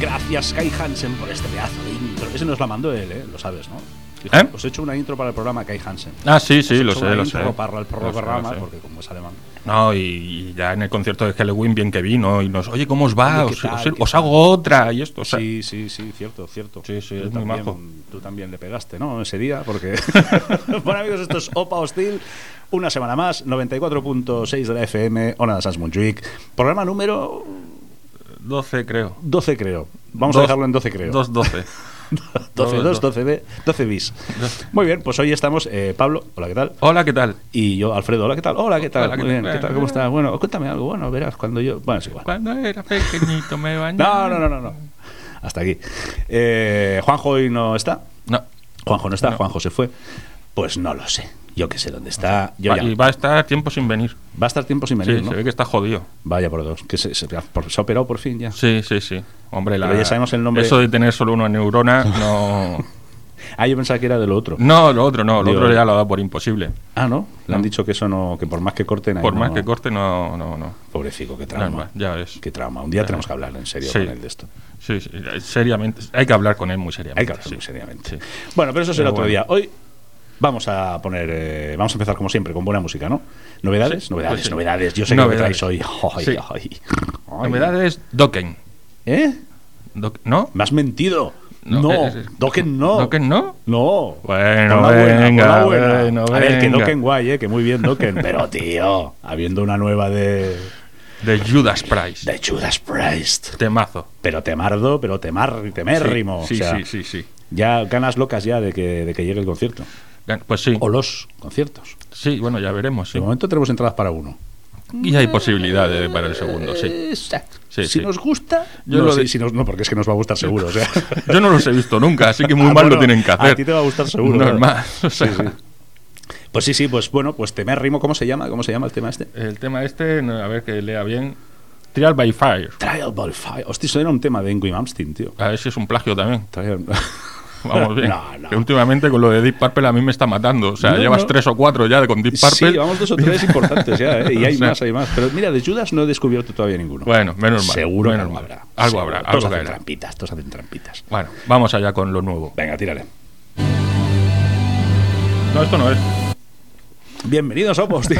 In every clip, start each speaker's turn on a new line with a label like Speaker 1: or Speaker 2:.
Speaker 1: Gracias, Kai Hansen, por este pedazo de intro. Ese nos la mandó él, ¿eh? Lo sabes, ¿no? Dijo,
Speaker 2: ¿Eh?
Speaker 1: Os he hecho una intro para el programa Kai Hansen.
Speaker 2: Ah, sí, sí,
Speaker 1: Os he
Speaker 2: lo
Speaker 1: hecho
Speaker 2: sé,
Speaker 1: una
Speaker 2: lo sé.
Speaker 1: intro Para el
Speaker 2: Lo sé, lo
Speaker 1: programa,
Speaker 2: sé.
Speaker 1: porque como es alemán.
Speaker 2: No, y, y ya en el concierto de Halloween bien que vino y nos, oye, ¿cómo os va?
Speaker 1: Oye, ¿qué
Speaker 2: Os,
Speaker 1: tal?
Speaker 2: os-
Speaker 1: ¿Qué
Speaker 2: os hago otra y esto. o sea,
Speaker 1: sí, sí, sí, cierto, cierto.
Speaker 2: Sí, sí,
Speaker 1: Tú
Speaker 2: es muy
Speaker 1: también-
Speaker 2: majo.
Speaker 1: Tú también le pegaste, ¿no? Ese día, porque. bueno, amigos, esto es Opa Hostil. Una semana más, 94.6 de la FM, Ona de Sans Montjuic. Programa número
Speaker 2: 12 creo.
Speaker 1: 12, creo. Vamos a
Speaker 2: Dos-
Speaker 1: dejarlo en 12, creo.
Speaker 2: Dos 12.
Speaker 1: 12,
Speaker 2: dos,
Speaker 1: 2,
Speaker 2: dos.
Speaker 1: 12 B, 12 bis.
Speaker 2: Dos.
Speaker 1: Muy bien, pues hoy estamos eh, Pablo, hola, ¿qué tal?
Speaker 2: Hola, ¿qué tal?
Speaker 1: Y yo, Alfredo, hola, ¿qué tal? Hola, ¿qué tal?
Speaker 2: Hola, ¿qué
Speaker 1: Muy
Speaker 2: tal?
Speaker 1: bien, ¿qué tal? ¿Cómo estás? Bueno, cuéntame algo, bueno, verás, cuando yo... Bueno, es igual.
Speaker 2: Cuando era pequeñito me bañaba.
Speaker 1: No, no, no, no, no. Hasta aquí. Eh, Juanjo hoy no está.
Speaker 2: No.
Speaker 1: Juanjo no está,
Speaker 2: No.
Speaker 1: Juanjo se fue. Pues no lo sé. Yo que sé dónde está. Yo
Speaker 2: Va-
Speaker 1: ya.
Speaker 2: y va a estar tiempo sin venir.
Speaker 1: Va a estar tiempo sin venir,
Speaker 2: sí,
Speaker 1: ¿no?
Speaker 2: se ve que está jodido.
Speaker 1: Vaya por dos. Que se, se- por- se ha operado por fin ya.
Speaker 2: Sí, sí, sí. Hombre, la,
Speaker 1: Pero ya sabemos el nombre.
Speaker 2: Eso de tener solo una neurona, no.
Speaker 1: Ah, yo pensaba que era de lo otro.
Speaker 2: No, lo otro no. Lo
Speaker 1: Digo,
Speaker 2: otro ya lo ha dado por imposible.
Speaker 1: Ah, ¿no? Le han
Speaker 2: No.
Speaker 1: dicho que eso no, que por más que corten ahí
Speaker 2: Por
Speaker 1: no-
Speaker 2: más que corte, no, no, no.
Speaker 1: Pobrecito, qué
Speaker 2: No,
Speaker 1: trauma.
Speaker 2: no, ya ves.
Speaker 1: Qué trauma. Un día tenemos que hablar en serio
Speaker 2: Sí.
Speaker 1: con él de esto.
Speaker 2: Sí, sí, seriamente. Hay que hablar con él muy seriamente.
Speaker 1: Hay que hablar
Speaker 2: sí.
Speaker 1: muy seriamente.
Speaker 2: Sí.
Speaker 1: Bueno, pero eso será otro
Speaker 2: Pero bueno.
Speaker 1: día. Hoy vamos a poner, eh, vamos a empezar como siempre con buena música, ¿no? Novedades,
Speaker 2: Sí,
Speaker 1: novedades,
Speaker 2: pues sí.
Speaker 1: novedades. Yo sé
Speaker 2: Novedades.
Speaker 1: que lo que traéis hoy. Ay,
Speaker 2: Sí.
Speaker 1: ay. Ay.
Speaker 2: Novedades, Dokken.
Speaker 1: ¿Eh?
Speaker 2: Doc- ¿no?
Speaker 1: ¿Me has mentido? No,
Speaker 2: No,
Speaker 1: no
Speaker 2: es- es-
Speaker 1: Dokken no.
Speaker 2: ¿Dokken no?
Speaker 1: No.
Speaker 2: Bueno,
Speaker 1: Por la buena,
Speaker 2: venga,
Speaker 1: por la buena.
Speaker 2: bueno,
Speaker 1: A ver, que
Speaker 2: venga.
Speaker 1: Dokken guay, eh, que muy bien Dokken. Pero, tío, habiendo una nueva de,
Speaker 2: De Judas Price.
Speaker 1: de Judas Priest.
Speaker 2: Temazo.
Speaker 1: Pero temardo, pero temar, temérrimo.
Speaker 2: Sí,
Speaker 1: o sea,
Speaker 2: sí, sí, sí.
Speaker 1: Ya ganas locas ya de que, de que llegue el concierto.
Speaker 2: Gan- Pues sí.
Speaker 1: O los conciertos.
Speaker 2: Sí, bueno, ya veremos. sí.
Speaker 1: De momento tenemos entradas para uno.
Speaker 2: Y hay posibilidades para el segundo, sí.
Speaker 1: Eh, o sea,
Speaker 2: Sí,
Speaker 1: si
Speaker 2: sí.
Speaker 1: nos gusta,
Speaker 2: Yo
Speaker 1: no,
Speaker 2: lo
Speaker 1: sí,
Speaker 2: de-
Speaker 1: si nos- no, porque es que nos va a gustar seguro. o sea.
Speaker 2: Yo no los he visto nunca, así que muy
Speaker 1: Ah,
Speaker 2: mal
Speaker 1: bueno,
Speaker 2: lo tienen que
Speaker 1: a
Speaker 2: hacer.
Speaker 1: ti te va a gustar seguro,
Speaker 2: Normal.
Speaker 1: claro.
Speaker 2: o sea,
Speaker 1: Sí, Pues sí, sí, pues bueno, pues temérrimo, ¿cómo se llama? ¿Cómo se llama el tema este?
Speaker 2: El tema este, no, a ver que lea bien. Trial by Fire.
Speaker 1: Trial by Fire. Hostia, eso era un tema de Ingrid Malmsteen, tío.
Speaker 2: A ver si es un plagio también.
Speaker 1: Trial-
Speaker 2: Vamos bien.
Speaker 1: No, no.
Speaker 2: Que últimamente con lo de Deep Purple a mí me está matando. O sea,
Speaker 1: No,
Speaker 2: llevas
Speaker 1: no.
Speaker 2: tres o cuatro ya con Deep Purple.
Speaker 1: Sí, vamos dos o tres importantes ya, ¿eh? Y hay
Speaker 2: O sea,
Speaker 1: más, hay más. Pero mira, de Judas no he descubierto todavía ninguno.
Speaker 2: Bueno, menos mal.
Speaker 1: Seguro
Speaker 2: menos
Speaker 1: que algo
Speaker 2: mal.
Speaker 1: habrá.
Speaker 2: Algo
Speaker 1: Seguro.
Speaker 2: habrá,
Speaker 1: Todos
Speaker 2: algo
Speaker 1: hacen
Speaker 2: caerá.
Speaker 1: trampitas, todos hacen trampitas.
Speaker 2: Bueno, vamos allá con lo nuevo.
Speaker 1: Venga, tírale.
Speaker 2: No, esto no es.
Speaker 1: Bienvenidos, Opos, tío.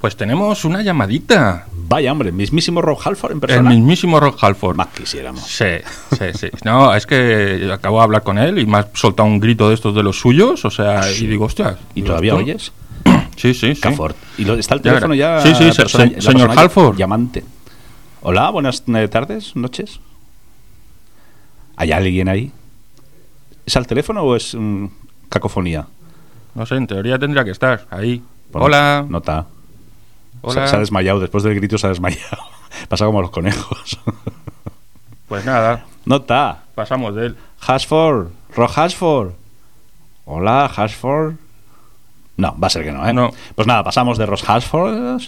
Speaker 2: Pues tenemos una llamadita.
Speaker 1: Vaya, hombre, mismísimo Rob Halford en
Speaker 2: El
Speaker 1: persona.
Speaker 2: mismísimo Rock Halford.
Speaker 1: Más quisiéramos.
Speaker 2: Sí, sí, sí. No, es que acabo de hablar con él y me ha soltado un grito de estos de los suyos, o sea, y digo, hostia.
Speaker 1: Ah, ¿Y
Speaker 2: digo,
Speaker 1: todavía
Speaker 2: esto-
Speaker 1: oyes?
Speaker 2: Sí, sí, sí.
Speaker 1: Cafort. Y lo- está el
Speaker 2: Ya
Speaker 1: teléfono ya.
Speaker 2: verá. Sí, sí,
Speaker 1: la
Speaker 2: se-
Speaker 1: persona-
Speaker 2: se-
Speaker 1: la
Speaker 2: señor
Speaker 1: persona
Speaker 2: Halford.
Speaker 1: Llamante. Hola, buenas eh, tardes, noches. ¿Hay alguien ahí? ¿Es al teléfono o es mm, cacofonía?
Speaker 2: No sé, en teoría tendría que estar ahí.
Speaker 1: Bueno,
Speaker 2: hola,
Speaker 1: Nota. Se-
Speaker 2: hola.
Speaker 1: Se ha desmayado, después del grito se ha desmayado. Pasa como los conejos.
Speaker 2: Pues nada,
Speaker 1: Nota.
Speaker 2: pasamos de él.
Speaker 1: Hasford. Ro Hasford. Hola, Hasford. No, va a ser que no, ¿eh?
Speaker 2: No.
Speaker 1: Pues nada, pasamos de Ross Hasford.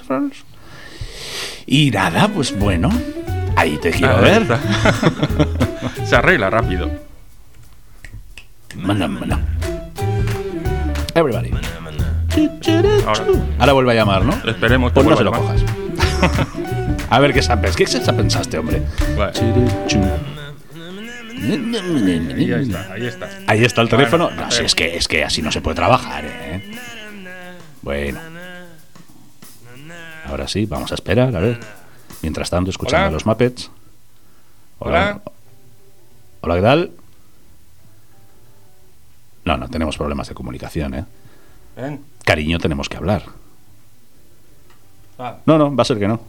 Speaker 1: Y nada, pues bueno. Ahí te quiero
Speaker 2: Ahí
Speaker 1: ver.
Speaker 2: está. Se arregla rápido.
Speaker 1: Maná, maná. Everybody.
Speaker 2: Ahora,
Speaker 1: Ahora vuelve a llamar, ¿no?
Speaker 2: esperemos que
Speaker 1: Pues no
Speaker 2: vuelva
Speaker 1: se lo
Speaker 2: a llamar.
Speaker 1: cojas. A ver qué sabes. ¿Qué se pensaste, hombre?
Speaker 2: Vale, ahí está, ahí está.
Speaker 1: Ahí está el teléfono.
Speaker 2: Bueno, eh,
Speaker 1: No, si es que, es que así no se puede trabajar, ¿eh? Bueno. Ahora sí, vamos a esperar, a ver. Mientras tanto, escuchando
Speaker 2: Hola.
Speaker 1: a los Muppets.
Speaker 2: Hola.
Speaker 1: Hola, ¿qué tal? No, no, tenemos problemas de comunicación, ¿eh?
Speaker 2: Ven.
Speaker 1: Cariño, tenemos que hablar.
Speaker 2: Ah,
Speaker 1: No, no, va a ser que no.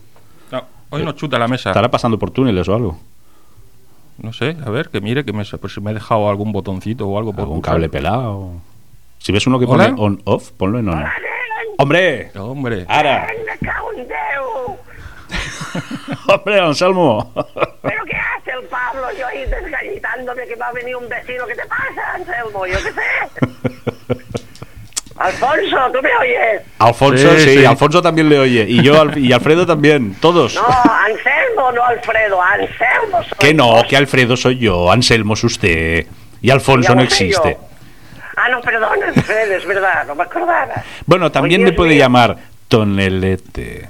Speaker 2: no, hoy no chuta la mesa.
Speaker 1: Estará pasando por túneles o algo.
Speaker 2: No sé, a ver, que mire, que me, pues si me he dejado algún botoncito o algo pues, por
Speaker 1: Algún
Speaker 2: pulsar.
Speaker 1: cable pelado. Si ves uno que
Speaker 2: Ah, ¿Hola? Ah.
Speaker 1: pone on-off, ponlo en on ¡Hombre!
Speaker 2: Eh, Hombre,
Speaker 1: ¡Ara!
Speaker 3: ¡Me cago en Déu!
Speaker 1: ¡Hombre, Anselmo!
Speaker 3: ¿Pero qué hace el Pablo? Yo ahí desgallitándome que va a venir un vecino. ¿Qué te pasa, Anselmo? Yo qué sé. Alfonso, ¿tú me oyes?
Speaker 1: Alfonso, sí,
Speaker 2: Sí, sí.
Speaker 1: Alfonso también le oye. Y yo al- y Alfredo también, todos.
Speaker 3: No, Anselmo, no Alfredo. Anselmo soy
Speaker 1: Que no,
Speaker 3: yo.
Speaker 1: que Alfredo soy yo, Anselmo es usted. Y Alfonso
Speaker 3: Ya
Speaker 1: no
Speaker 3: lo sé yo.
Speaker 1: existe.
Speaker 3: Ah, no, perdón, Alfredo, es verdad, no me acordaba.
Speaker 1: Bueno, también
Speaker 3: Oye,
Speaker 1: le puede
Speaker 3: Dios mío.
Speaker 1: llamar Tonelete.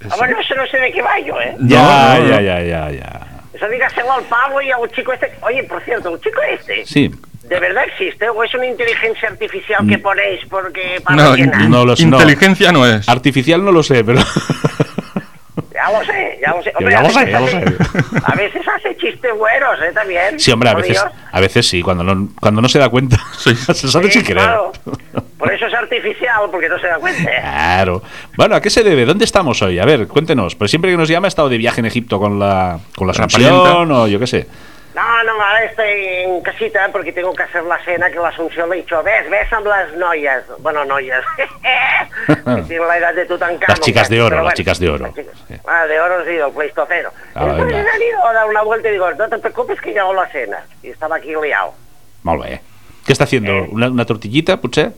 Speaker 1: Pues
Speaker 3: Ah, bueno, eso no sé de qué va yo, ¿eh?
Speaker 2: No,
Speaker 1: Ya,
Speaker 2: no, no.
Speaker 1: ya, ya, ya, ya.
Speaker 3: Eso dígaselo al Pablo y a un chico este. Oye, por cierto, un chico este.
Speaker 1: Sí,
Speaker 3: ¿De verdad existe o es una inteligencia artificial
Speaker 1: Mm.
Speaker 3: que ponéis porque para
Speaker 2: no,
Speaker 3: rellenar?
Speaker 2: in-
Speaker 1: No lo sé, no.
Speaker 2: inteligencia no es.
Speaker 1: artificial no lo sé, pero.
Speaker 3: Ya lo sé, ya lo sé.
Speaker 1: ya
Speaker 3: a
Speaker 1: lo sé,
Speaker 3: veces
Speaker 1: ya lo
Speaker 3: hace-
Speaker 1: sé.
Speaker 3: A veces hace chistes buenos, ¿eh? También.
Speaker 1: Sí, hombre, a
Speaker 3: Por
Speaker 1: veces,
Speaker 3: Dios.
Speaker 1: a veces sí, cuando no, cuando no se da cuenta.
Speaker 2: Sí.
Speaker 1: se sale
Speaker 3: Sí,
Speaker 1: sin querer.
Speaker 3: claro. Por eso es artificial, porque no se da cuenta.
Speaker 1: Claro. Bueno, ¿a qué se debe? ¿Dónde estamos hoy? A ver, cuéntenos. Pues siempre que nos llama he estado de viaje en Egipto con la con la
Speaker 2: La
Speaker 1: Asunción
Speaker 2: parienta.
Speaker 1: o yo qué sé.
Speaker 3: No, no, ahora estoy en casita porque tengo que hacer la cena que la Asunción le he dicho, ves, ves amb las noias. Bueno, noias. que tienen la edad de Tutankamón.
Speaker 1: Las chicas de oro,
Speaker 3: Pero
Speaker 1: las chicas de oro.
Speaker 3: las chicas-
Speaker 1: Sí.
Speaker 3: Ah, de oro sí, del Pleistoceno.
Speaker 1: Ah,
Speaker 3: Entonces
Speaker 1: venga.
Speaker 3: he ido a dar una vuelta y digo, no te preocupes que ya hago la cena. Y estaba aquí liado.
Speaker 1: Molt bé. Què està fent?
Speaker 3: Eh.
Speaker 1: Una, una tortillita, potser?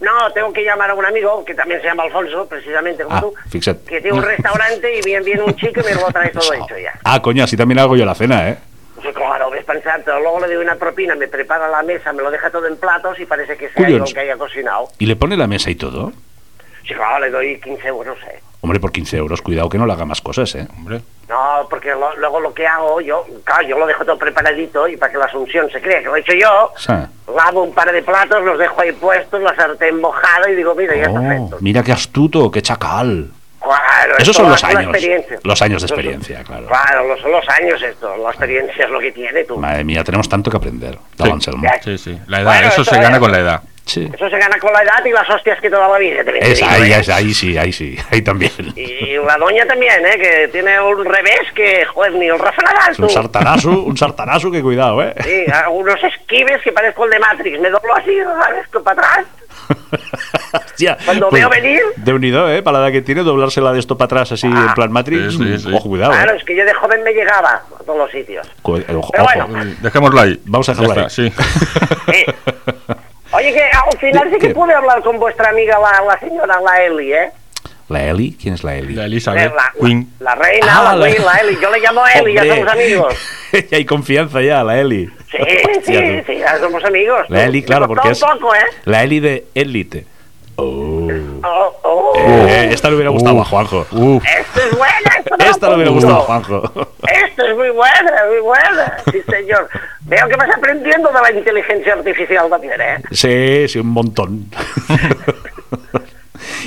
Speaker 3: No, tengo que llamar a un amigo que también se llama Alfonso, precisamente como
Speaker 1: Ah,
Speaker 3: tú,
Speaker 1: fíjate.
Speaker 3: que tiene un restaurante y bien viene un chico y me lo trae todo hecho ya.
Speaker 1: Ah, coño, así también hago yo la cena, ¿eh?
Speaker 3: Pues claro, ves pensando, luego le doy una propina, me prepara la mesa, me lo deja todo en platos y parece que sea yo
Speaker 1: Collons.
Speaker 3: el que haya cocinado.
Speaker 1: ¿Y le pone la mesa y todo?
Speaker 3: Sí, claro, le doy 15 euros, eh.
Speaker 1: Hombre, por 15 euros, cuidado que no le haga más cosas, ¿eh?
Speaker 2: Hombre,
Speaker 3: No, porque lo- luego lo que hago, yo, claro, yo lo dejo todo preparadito y para que la Asunción se crea que lo he hecho yo,
Speaker 1: Sí.
Speaker 3: lavo un par de platos, los dejo ahí puestos, la sartén mojada y digo, mira, ya está
Speaker 1: Oh,
Speaker 3: feito.
Speaker 1: mira qué astuto, qué chacal.
Speaker 3: Claro,
Speaker 1: Esos
Speaker 3: esto
Speaker 1: son
Speaker 3: va
Speaker 1: los
Speaker 3: con la
Speaker 1: años.
Speaker 3: experiencia.
Speaker 1: Los años de
Speaker 3: Los-
Speaker 1: experiencia, claro.
Speaker 3: Claro, los, son los años esto. La experiencia es lo que tiene tú.
Speaker 1: Madre mía, tenemos tanto que aprender. Dale,
Speaker 2: Sí.
Speaker 1: Anselmo.
Speaker 2: sí, sí. La edad,
Speaker 3: Bueno,
Speaker 2: eso
Speaker 3: eso
Speaker 2: se gana
Speaker 3: es.
Speaker 2: con la edad.
Speaker 1: Sí.
Speaker 3: Eso se gana con la edad y las hostias que te da la vida. también te
Speaker 1: Es,
Speaker 3: digo,
Speaker 1: ahí,
Speaker 3: ¿eh?
Speaker 1: es, ahí sí, ahí sí, ahí también.
Speaker 3: Y la doña también, ¿eh? Que tiene un revés que, joder, ni el Rafa Nadal,
Speaker 1: Es un
Speaker 3: tú.
Speaker 1: sartanazo, un sartanazo que cuidado, ¿eh?
Speaker 3: Sí, algunos esquives que parezco el de Matrix. Me doblo así, ¿sabes? Que Para atrás.
Speaker 1: Ah, Hostia, pues,
Speaker 3: Cuando veo venir. Ah,
Speaker 1: De unido, ¿eh? Para la edad que tiene, doblársela de esto para atrás, así en plan Matrix.
Speaker 2: sí, sí, sí.
Speaker 1: Ojo, cuidado. ¿eh?
Speaker 3: Claro, es que yo de joven me llegaba a todos los sitios.
Speaker 1: Cu- eh, Ojo,
Speaker 3: Pero bueno.
Speaker 1: ojo.
Speaker 2: Eh, Dejémoslo ahí.
Speaker 1: Vamos a
Speaker 2: Ya
Speaker 1: dejarlo
Speaker 2: está,
Speaker 1: ahí.
Speaker 2: Sí.
Speaker 3: Sí. Oye, que al final sí que
Speaker 1: ¿Qué?
Speaker 3: pude hablar con vuestra amiga, la, la señora, la Eli, ¿eh?
Speaker 1: ¿La Eli? ¿Quién es la Eli?
Speaker 2: La Elizabeth
Speaker 3: la, la-
Speaker 2: Queen.
Speaker 3: la reina,
Speaker 1: Ah,
Speaker 3: la,
Speaker 1: la-
Speaker 3: Queen, la Eli. Yo le llamo Eli, ya
Speaker 1: Hombre.
Speaker 3: somos amigos.
Speaker 1: ya hay confianza ya, la Eli.
Speaker 3: Sí,
Speaker 1: Hostia,
Speaker 3: sí,
Speaker 1: tú.
Speaker 3: sí, ya somos amigos.
Speaker 1: La Eli,
Speaker 3: Me
Speaker 1: claro,
Speaker 3: costó
Speaker 1: porque es
Speaker 3: un poco, ¿eh?
Speaker 1: la Eli de élite. Oh.
Speaker 3: Oh, oh.
Speaker 1: Eh, esta le hubiera gustado
Speaker 2: Uh.
Speaker 1: a Juanjo.
Speaker 2: Uf,
Speaker 3: Esta es buena, esta, me la
Speaker 1: Esta le hubiera
Speaker 3: apunto.
Speaker 1: gustado a Juanjo.
Speaker 3: Esta es muy buena, muy buena. Sí, señor. Veo que vas aprendiendo de la inteligencia artificial también, ¿eh?
Speaker 1: Sí, sí, un montón.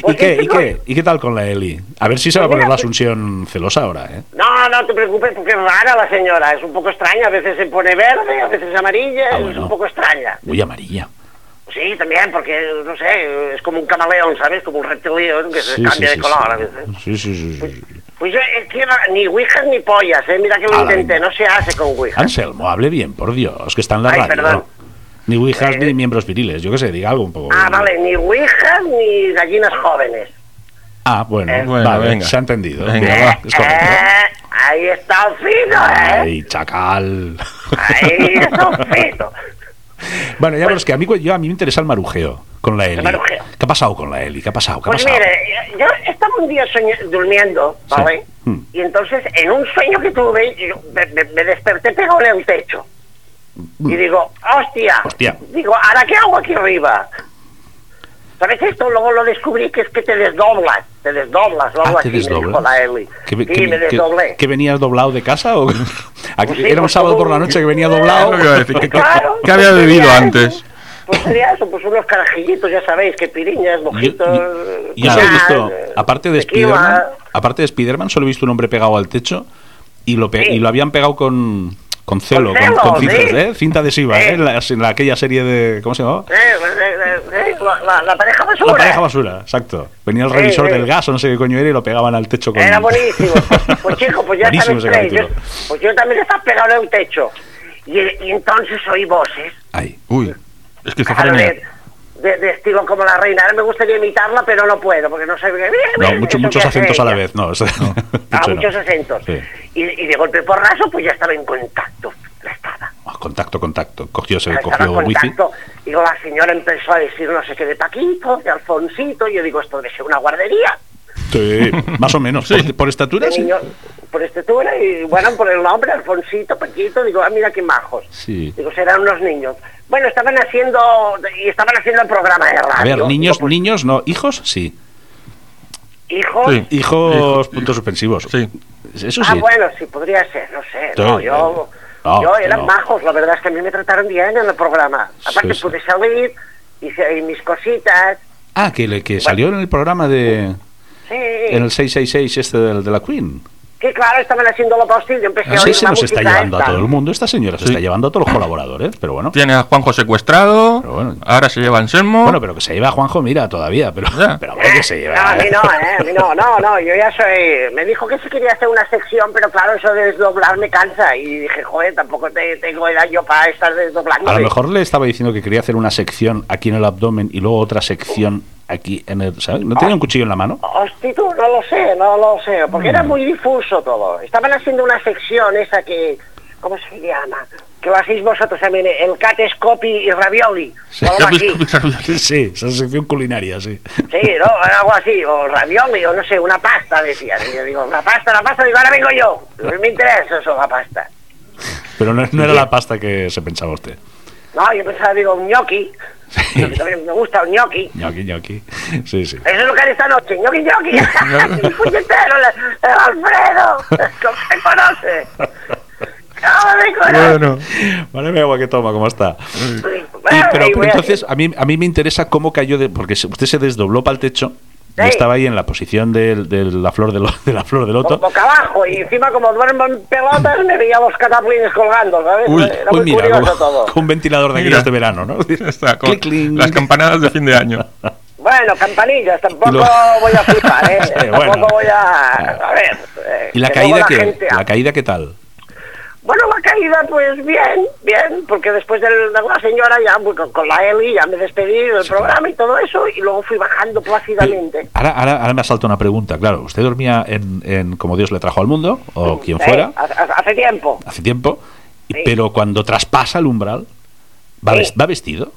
Speaker 3: Pues
Speaker 1: ¿Y
Speaker 3: este
Speaker 1: qué, y, qué, ¿Y qué tal con la Eli? A ver si se va a poner la Asunción celosa ahora, ¿eh?
Speaker 3: No, no te preocupes porque es rara la señora, es un poco extraña, a veces se pone verde, a veces amarilla,
Speaker 1: Ah,
Speaker 3: es
Speaker 1: bueno.
Speaker 3: un poco extraña.
Speaker 1: Muy amarilla.
Speaker 3: Sí, también, porque, no sé, es como un camaleón, ¿sabes? Como un reptiliano que
Speaker 1: Sí,
Speaker 3: se
Speaker 1: sí,
Speaker 3: cambia
Speaker 1: sí,
Speaker 3: de color a veces.
Speaker 1: sí. sí, sí, sí, sí.
Speaker 3: Pues yo, es que no- ni ouijas ni pollas, ¿eh? Mira que lo
Speaker 1: Ala,
Speaker 3: intenté,
Speaker 1: venga.
Speaker 3: no se hace con ouijas.
Speaker 1: Anselmo, hable bien, por Dios, que está en la
Speaker 3: Ay,
Speaker 1: radio.
Speaker 3: perdón.
Speaker 1: Ni ouijas
Speaker 3: Eh.
Speaker 1: ni miembros viriles, yo qué sé, diga algo un poco.
Speaker 3: Ah, vale, ni ouijas ni gallinas jóvenes.
Speaker 1: Ah, bueno,
Speaker 3: Eh.
Speaker 2: Bueno,
Speaker 1: vale,
Speaker 2: venga.
Speaker 1: se ha entendido.
Speaker 2: Venga,
Speaker 1: Bien,
Speaker 2: va.
Speaker 1: Ah, es correcto.
Speaker 3: Eh, ahí está el fino, ¿eh?
Speaker 1: Ay, chacal.
Speaker 3: Ahí está el fino.
Speaker 1: Bueno, ya verás que a mí, yo, a mí me interesa el marujeo con la Eli.
Speaker 3: Pues marujeo.
Speaker 1: ¿Qué ha pasado con la Eli? ¿Qué ha pasado? ¿Qué ha
Speaker 3: Pues
Speaker 1: pasado?
Speaker 3: mire, yo estaba un día soña- durmiendo, ¿vale?
Speaker 1: Sí. Mm.
Speaker 3: Y entonces, en un sueño que tuve, yo me, me- me desperté pegado en el techo. Y digo, hostia.
Speaker 1: Hmm. Hostia.
Speaker 3: Digo, ¿ahora qué hago aquí arriba? ¿Sabes esto? Luego lo descubrí que es que te desdoblas, te desdoblas, o algo
Speaker 1: Ah, ¿te
Speaker 3: así, me dijo
Speaker 1: desdoblas?
Speaker 3: la Eli.
Speaker 1: ¿Qué-
Speaker 3: sí,
Speaker 1: qué-
Speaker 3: me
Speaker 1: qué-
Speaker 3: desdoblé.
Speaker 1: qué venías doblado de casa? ¿O? Aquí-
Speaker 3: Pues sí,
Speaker 1: era un
Speaker 3: pues
Speaker 1: sábado
Speaker 3: todo
Speaker 1: por la
Speaker 3: un-
Speaker 1: noche que venía doblado.
Speaker 2: Es lo que iba a decir, que- que-
Speaker 3: Claro,
Speaker 2: ¿Qué había
Speaker 3: pues
Speaker 2: bebido
Speaker 3: sería
Speaker 2: antes?
Speaker 3: eso, Pues sería eso, pues unos carajillitos, ya sabéis, que piriñas,
Speaker 1: Yo,
Speaker 3: mojitos...
Speaker 1: yo- yo
Speaker 3: eh,
Speaker 1: solo he
Speaker 3: tal,
Speaker 1: visto,
Speaker 3: eh,
Speaker 1: aparte de
Speaker 3: tequila.
Speaker 1: Spiderman, aparte de Spiderman, solo he visto un hombre pegado al techo y lo, pe-
Speaker 3: Sí.
Speaker 1: y lo habían pegado con, con celo,
Speaker 3: Con
Speaker 1: con,
Speaker 3: celo,
Speaker 1: con cintas,
Speaker 3: sí.
Speaker 1: ¿eh? cinta adhesiva,
Speaker 3: Sí.
Speaker 1: ¿eh? en, la- en la- aquella serie de... ¿Cómo se llamaba?
Speaker 3: Eh, eh, eh, eh, la, la- la pareja basura.
Speaker 1: La pareja basura, exacto. Venía el
Speaker 3: Sí,
Speaker 1: revisor
Speaker 3: sí.
Speaker 1: del gas o no sé qué coño era y lo pegaban al techo con...
Speaker 3: Era buenísimo. Pues, Pues chicos, pues ya
Speaker 1: Buenísimo
Speaker 3: sabes
Speaker 1: ese
Speaker 3: tres.
Speaker 1: capítulo.
Speaker 3: Yo- Pues yo también estaba pegado en un techo. Y, y entonces oí voces.
Speaker 1: Ay, uh,
Speaker 2: Uy,
Speaker 3: claro, de,
Speaker 2: esquizofrenia.
Speaker 3: de- de estilo como la reina. Ahora me gustaría imitarla, pero no puedo, porque no sé.
Speaker 1: no, mucho- muchos acentos a la vez, no. eso-
Speaker 3: Ah,
Speaker 1: eso no.
Speaker 3: muchos acentos.
Speaker 1: Sí.
Speaker 3: Y, y de golpe porrazo, pues ya estaba en contacto. Ya estaba.
Speaker 1: Ah, Contacto, contacto. Cogió, se
Speaker 3: Ya estaba
Speaker 1: cogió
Speaker 3: en
Speaker 1: wifi.
Speaker 3: contacto. Y la señora empezó a decir no sé qué de Paquito, de Alfonsito. Y yo digo, esto debe ser una guardería.
Speaker 1: Sí, más o menos. Por, por estatura,
Speaker 3: de
Speaker 1: sí.
Speaker 3: niño por estatura y bueno, por el nombre, Alfonsito, Paquito, digo, ah, mira qué majos.
Speaker 1: Sí.
Speaker 3: Digo, serán unos niños. Bueno, estaban haciendo, y estaban haciendo el programa de radio.
Speaker 1: A ver, niños,
Speaker 3: Digo, pues,
Speaker 1: niños, no. ¿Hijos? Sí.
Speaker 3: Hijos,
Speaker 2: Sí.
Speaker 1: Hijos,
Speaker 2: Hijo-
Speaker 1: puntos suspensivos.
Speaker 2: Sí.
Speaker 1: Eso sí.
Speaker 3: ah, bueno, sí, podría ser, no sé.
Speaker 1: Sí,
Speaker 3: no, yo,
Speaker 1: no,
Speaker 3: yo eran
Speaker 1: no.
Speaker 3: majos, la verdad es que a mí me trataron bien en el programa. Aparte
Speaker 1: Sí, sí.
Speaker 3: pude salir, hice ahí mis cositas,
Speaker 1: Ah, que, le- que salió en el programa de.
Speaker 3: sí.
Speaker 1: En el 666 este del- de la Queen.
Speaker 3: Que claro, estaban haciendo lo posible, yo empecé a
Speaker 1: Ah, Sí,
Speaker 3: oír
Speaker 1: se
Speaker 3: la
Speaker 1: nos está
Speaker 3: música
Speaker 1: llevando a
Speaker 3: esta.
Speaker 1: todo el mundo. Esta señora se
Speaker 2: Sí.
Speaker 1: está llevando a todos los colaboradores, pero bueno.
Speaker 2: Tiene a Juanjo secuestrado,
Speaker 1: Pero bueno.
Speaker 2: ahora se lleva a Anselmo.
Speaker 1: Bueno, pero que se lleva a Juanjo, mira, todavía. Pero,
Speaker 2: Ya.
Speaker 1: pero hombre, que se lleva.
Speaker 3: No, a mí no, eh, a mí no, no, no, yo ya soy... Me dijo que sí quería hacer una sección, pero claro, eso de desdoblar me cansa. Y dije, joder, tampoco te, tengo edad yo para estar desdoblando.
Speaker 1: A lo mejor le estaba diciendo que quería hacer una sección aquí en el abdomen y luego otra sección aquí en el. ¿sabes? ¿No tenía un cuchillo en la mano?
Speaker 3: Hosti, tú, no lo sé, no lo sé, porque era muy difuso todo. Estaban haciendo una sección esa que... ¿Cómo se llama? Que lo hacéis vosotros también, el catescopi y ravioli. o algo así.
Speaker 1: Sí, esa sección culinaria, sí.
Speaker 3: Sí, ¿no? Algo así, o ravioli, o no sé, una pasta, decía. Y yo digo, la pasta, la pasta, digo, ahora vengo yo. No me interesa eso, la pasta.
Speaker 1: Pero no, no era la pasta que se pensaba usted.
Speaker 3: No, yo pensaba, digo, un gnocchi. Porque también me gusta un gnocchi.
Speaker 1: Ñoqui, ñoqui. Sí, sí.
Speaker 3: Eso es lo que haré esta noche, gnocchi, gnocchi. ¡El puñetero, el, el Alfredo! ¿Cómo me conoce? ¿Cómo me conoce?
Speaker 2: Bueno,
Speaker 1: Vale, mi agua que toma, ¿cómo está? Y-
Speaker 3: Bueno,
Speaker 1: pero,
Speaker 3: y
Speaker 1: pero
Speaker 3: voy a-
Speaker 1: entonces a mí, a mí me interesa cómo cayó, de, porque se- usted se desdobló para el techo y
Speaker 3: Sí.
Speaker 1: estaba ahí en la posición del- de, la, flor de, lo- de la flor del
Speaker 3: bo-
Speaker 1: loto.
Speaker 3: Boca abajo, y encima como duermo en pelotas me veía los cataplines colgando, ¿sabes?
Speaker 2: Uy,
Speaker 3: Era
Speaker 1: Uy,
Speaker 3: muy
Speaker 1: mira,
Speaker 3: curioso
Speaker 1: como-
Speaker 3: todo.
Speaker 1: con un ventilador de
Speaker 2: Mira.
Speaker 1: aquellos de verano, ¿no?
Speaker 2: está con
Speaker 1: Clic, clin.
Speaker 2: las campanadas de fin de año.
Speaker 3: Bueno, campanillas, tampoco
Speaker 1: Y lo-
Speaker 3: voy a flipar, ¿eh?
Speaker 1: Sí,
Speaker 3: tampoco
Speaker 1: bueno. Ah.
Speaker 3: voy a... A ver... eh,
Speaker 1: ¿Y la
Speaker 3: que
Speaker 1: caída
Speaker 3: luego
Speaker 1: qué?
Speaker 3: gente-
Speaker 1: ¿La caída qué tal?
Speaker 3: Bueno, la caída, pues bien, bien, porque después del- de la señora, ya voy con, con la Eli, ya me despedí del programa y todo eso, y luego fui bajando plácidamente.
Speaker 1: Ahora, ahora, ahora me asalta una pregunta, claro. ¿Usted dormía en, en como Dios le trajo al mundo, o quien
Speaker 3: Sí,
Speaker 1: fuera,
Speaker 3: Hace, ¿Eh? hace tiempo.
Speaker 1: hace tiempo? y-
Speaker 3: Sí.
Speaker 1: Pero cuando traspasa el umbral, ¿va,
Speaker 3: Sí.
Speaker 1: ves- va vestido?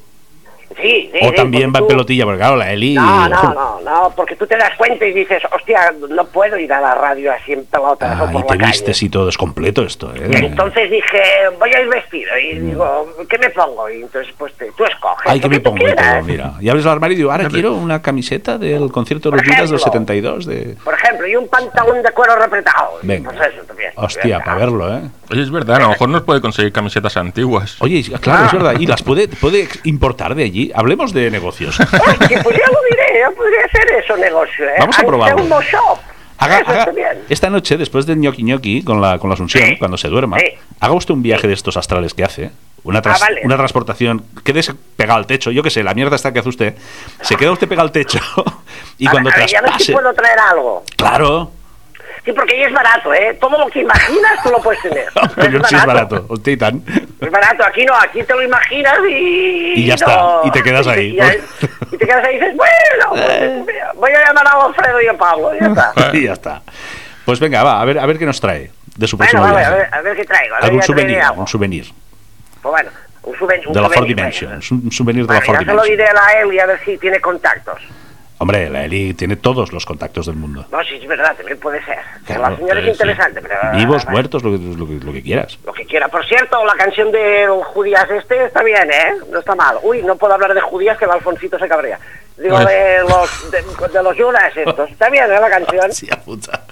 Speaker 3: Sí, sí.
Speaker 1: ¿O también va
Speaker 3: sí, porque
Speaker 1: en
Speaker 3: Eh, pues tú-
Speaker 1: pelotilla? Porque claro, la Eli... eh,
Speaker 3: No, no, no, no, porque tú te das cuenta y dices, hostia, no puedo ir a la radio así en pelotas
Speaker 1: Ah,
Speaker 3: o
Speaker 1: y
Speaker 3: por
Speaker 1: te
Speaker 3: la calle.
Speaker 1: vistes y todo, es completo esto, ¿eh?
Speaker 3: Entonces dije, voy a ir vestido, y digo, ¿qué me pongo? Y entonces, pues te- tú escoges.
Speaker 1: Mm. Ay,
Speaker 3: lo
Speaker 1: que me
Speaker 3: tú
Speaker 1: pongo de todo,
Speaker 3: quieras.
Speaker 1: mira. Y abres el armario y digo, ahora
Speaker 2: Fíjate.
Speaker 1: quiero una camiseta del concierto de los
Speaker 3: Por
Speaker 1: Judas del
Speaker 3: ejemplo.
Speaker 1: 72 de...
Speaker 3: Por ejemplo, y un pantalón de cuero repretado.
Speaker 1: Venga.
Speaker 3: Pues eso también.
Speaker 1: Hostia, para verlo, ¿eh?
Speaker 2: Oye, es verdad, a lo mejor nos puede conseguir camisetas antiguas.
Speaker 1: Oye,
Speaker 3: Ah.
Speaker 1: y- claro, es verdad. ¿Y las puede, puede importar de allí? Hablemos de negocios.
Speaker 3: Oye, pues ya lo diré, yo podría hacer eso negocio, ¿eh?
Speaker 1: Vamos a probarlo.
Speaker 3: Hacer un moshop.
Speaker 1: Haga-
Speaker 3: Eso
Speaker 1: haga-
Speaker 3: está bien.
Speaker 1: esta noche, después del ñoqui ñoqui con la, con la Asunción,
Speaker 3: Sí.
Speaker 1: cuando se duerma,
Speaker 3: Sí.
Speaker 1: haga usted un viaje de estos astrales que hace. Una, tras-
Speaker 3: Ah, vale.
Speaker 1: una transportación, quédese pegado al techo, yo qué sé, la mierda está que hace usted. Se queda usted pegado al techo y
Speaker 3: A
Speaker 1: cuando
Speaker 3: ver, a ver, y a ver si
Speaker 1: traspase.
Speaker 3: puedo traer algo.
Speaker 1: Claro,
Speaker 3: Sí, porque ahí es barato, ¿eh? Todo lo que imaginas tú lo puedes tener.
Speaker 1: pues yo sí es barato, el Titan.
Speaker 3: Es barato, aquí no, aquí te lo imaginas y...
Speaker 1: Y ya está, y te quedas
Speaker 3: no.
Speaker 1: ahí. Eh.
Speaker 3: Y, ya- y te quedas ahí y dices, bueno, pues, voy a llamar a Alfredo y a Pablo, ya está.
Speaker 1: y ya está. Pues venga, va, a ver, a ver qué nos trae de su
Speaker 3: Bueno,
Speaker 1: próximo
Speaker 3: vale, a
Speaker 1: viaje.
Speaker 3: ver, a ver qué traigo. A ver,
Speaker 1: pues Algún
Speaker 3: ya traeré
Speaker 1: souvenir,
Speaker 3: algo.
Speaker 1: un souvenir
Speaker 3: Pues bueno, un souvenir.
Speaker 1: de la Ford Dimension, un souvenir de la Ford
Speaker 3: ya se lo
Speaker 1: Dimension.
Speaker 3: diré a la Eli a ver si tiene contactos.
Speaker 1: Hombre, la Eli tiene todos los contactos del mundo.
Speaker 3: No, sí, es verdad, también puede ser.
Speaker 1: Claro,
Speaker 3: la señora
Speaker 1: sí.
Speaker 3: es interesante, pero...
Speaker 1: Vivos, muertos, lo que, lo que- lo que quieras.
Speaker 3: Lo que quiera. Por cierto, la canción del Judías este está bien, ¿eh? No está mal. Uy, no puedo hablar de Judías que el Alfoncito se cabrea. Digo,
Speaker 1: Pues-
Speaker 2: Ay.
Speaker 3: de los, de, de los Judas estos. Está bien, ¿eh? La canción.
Speaker 1: Sí, a puta.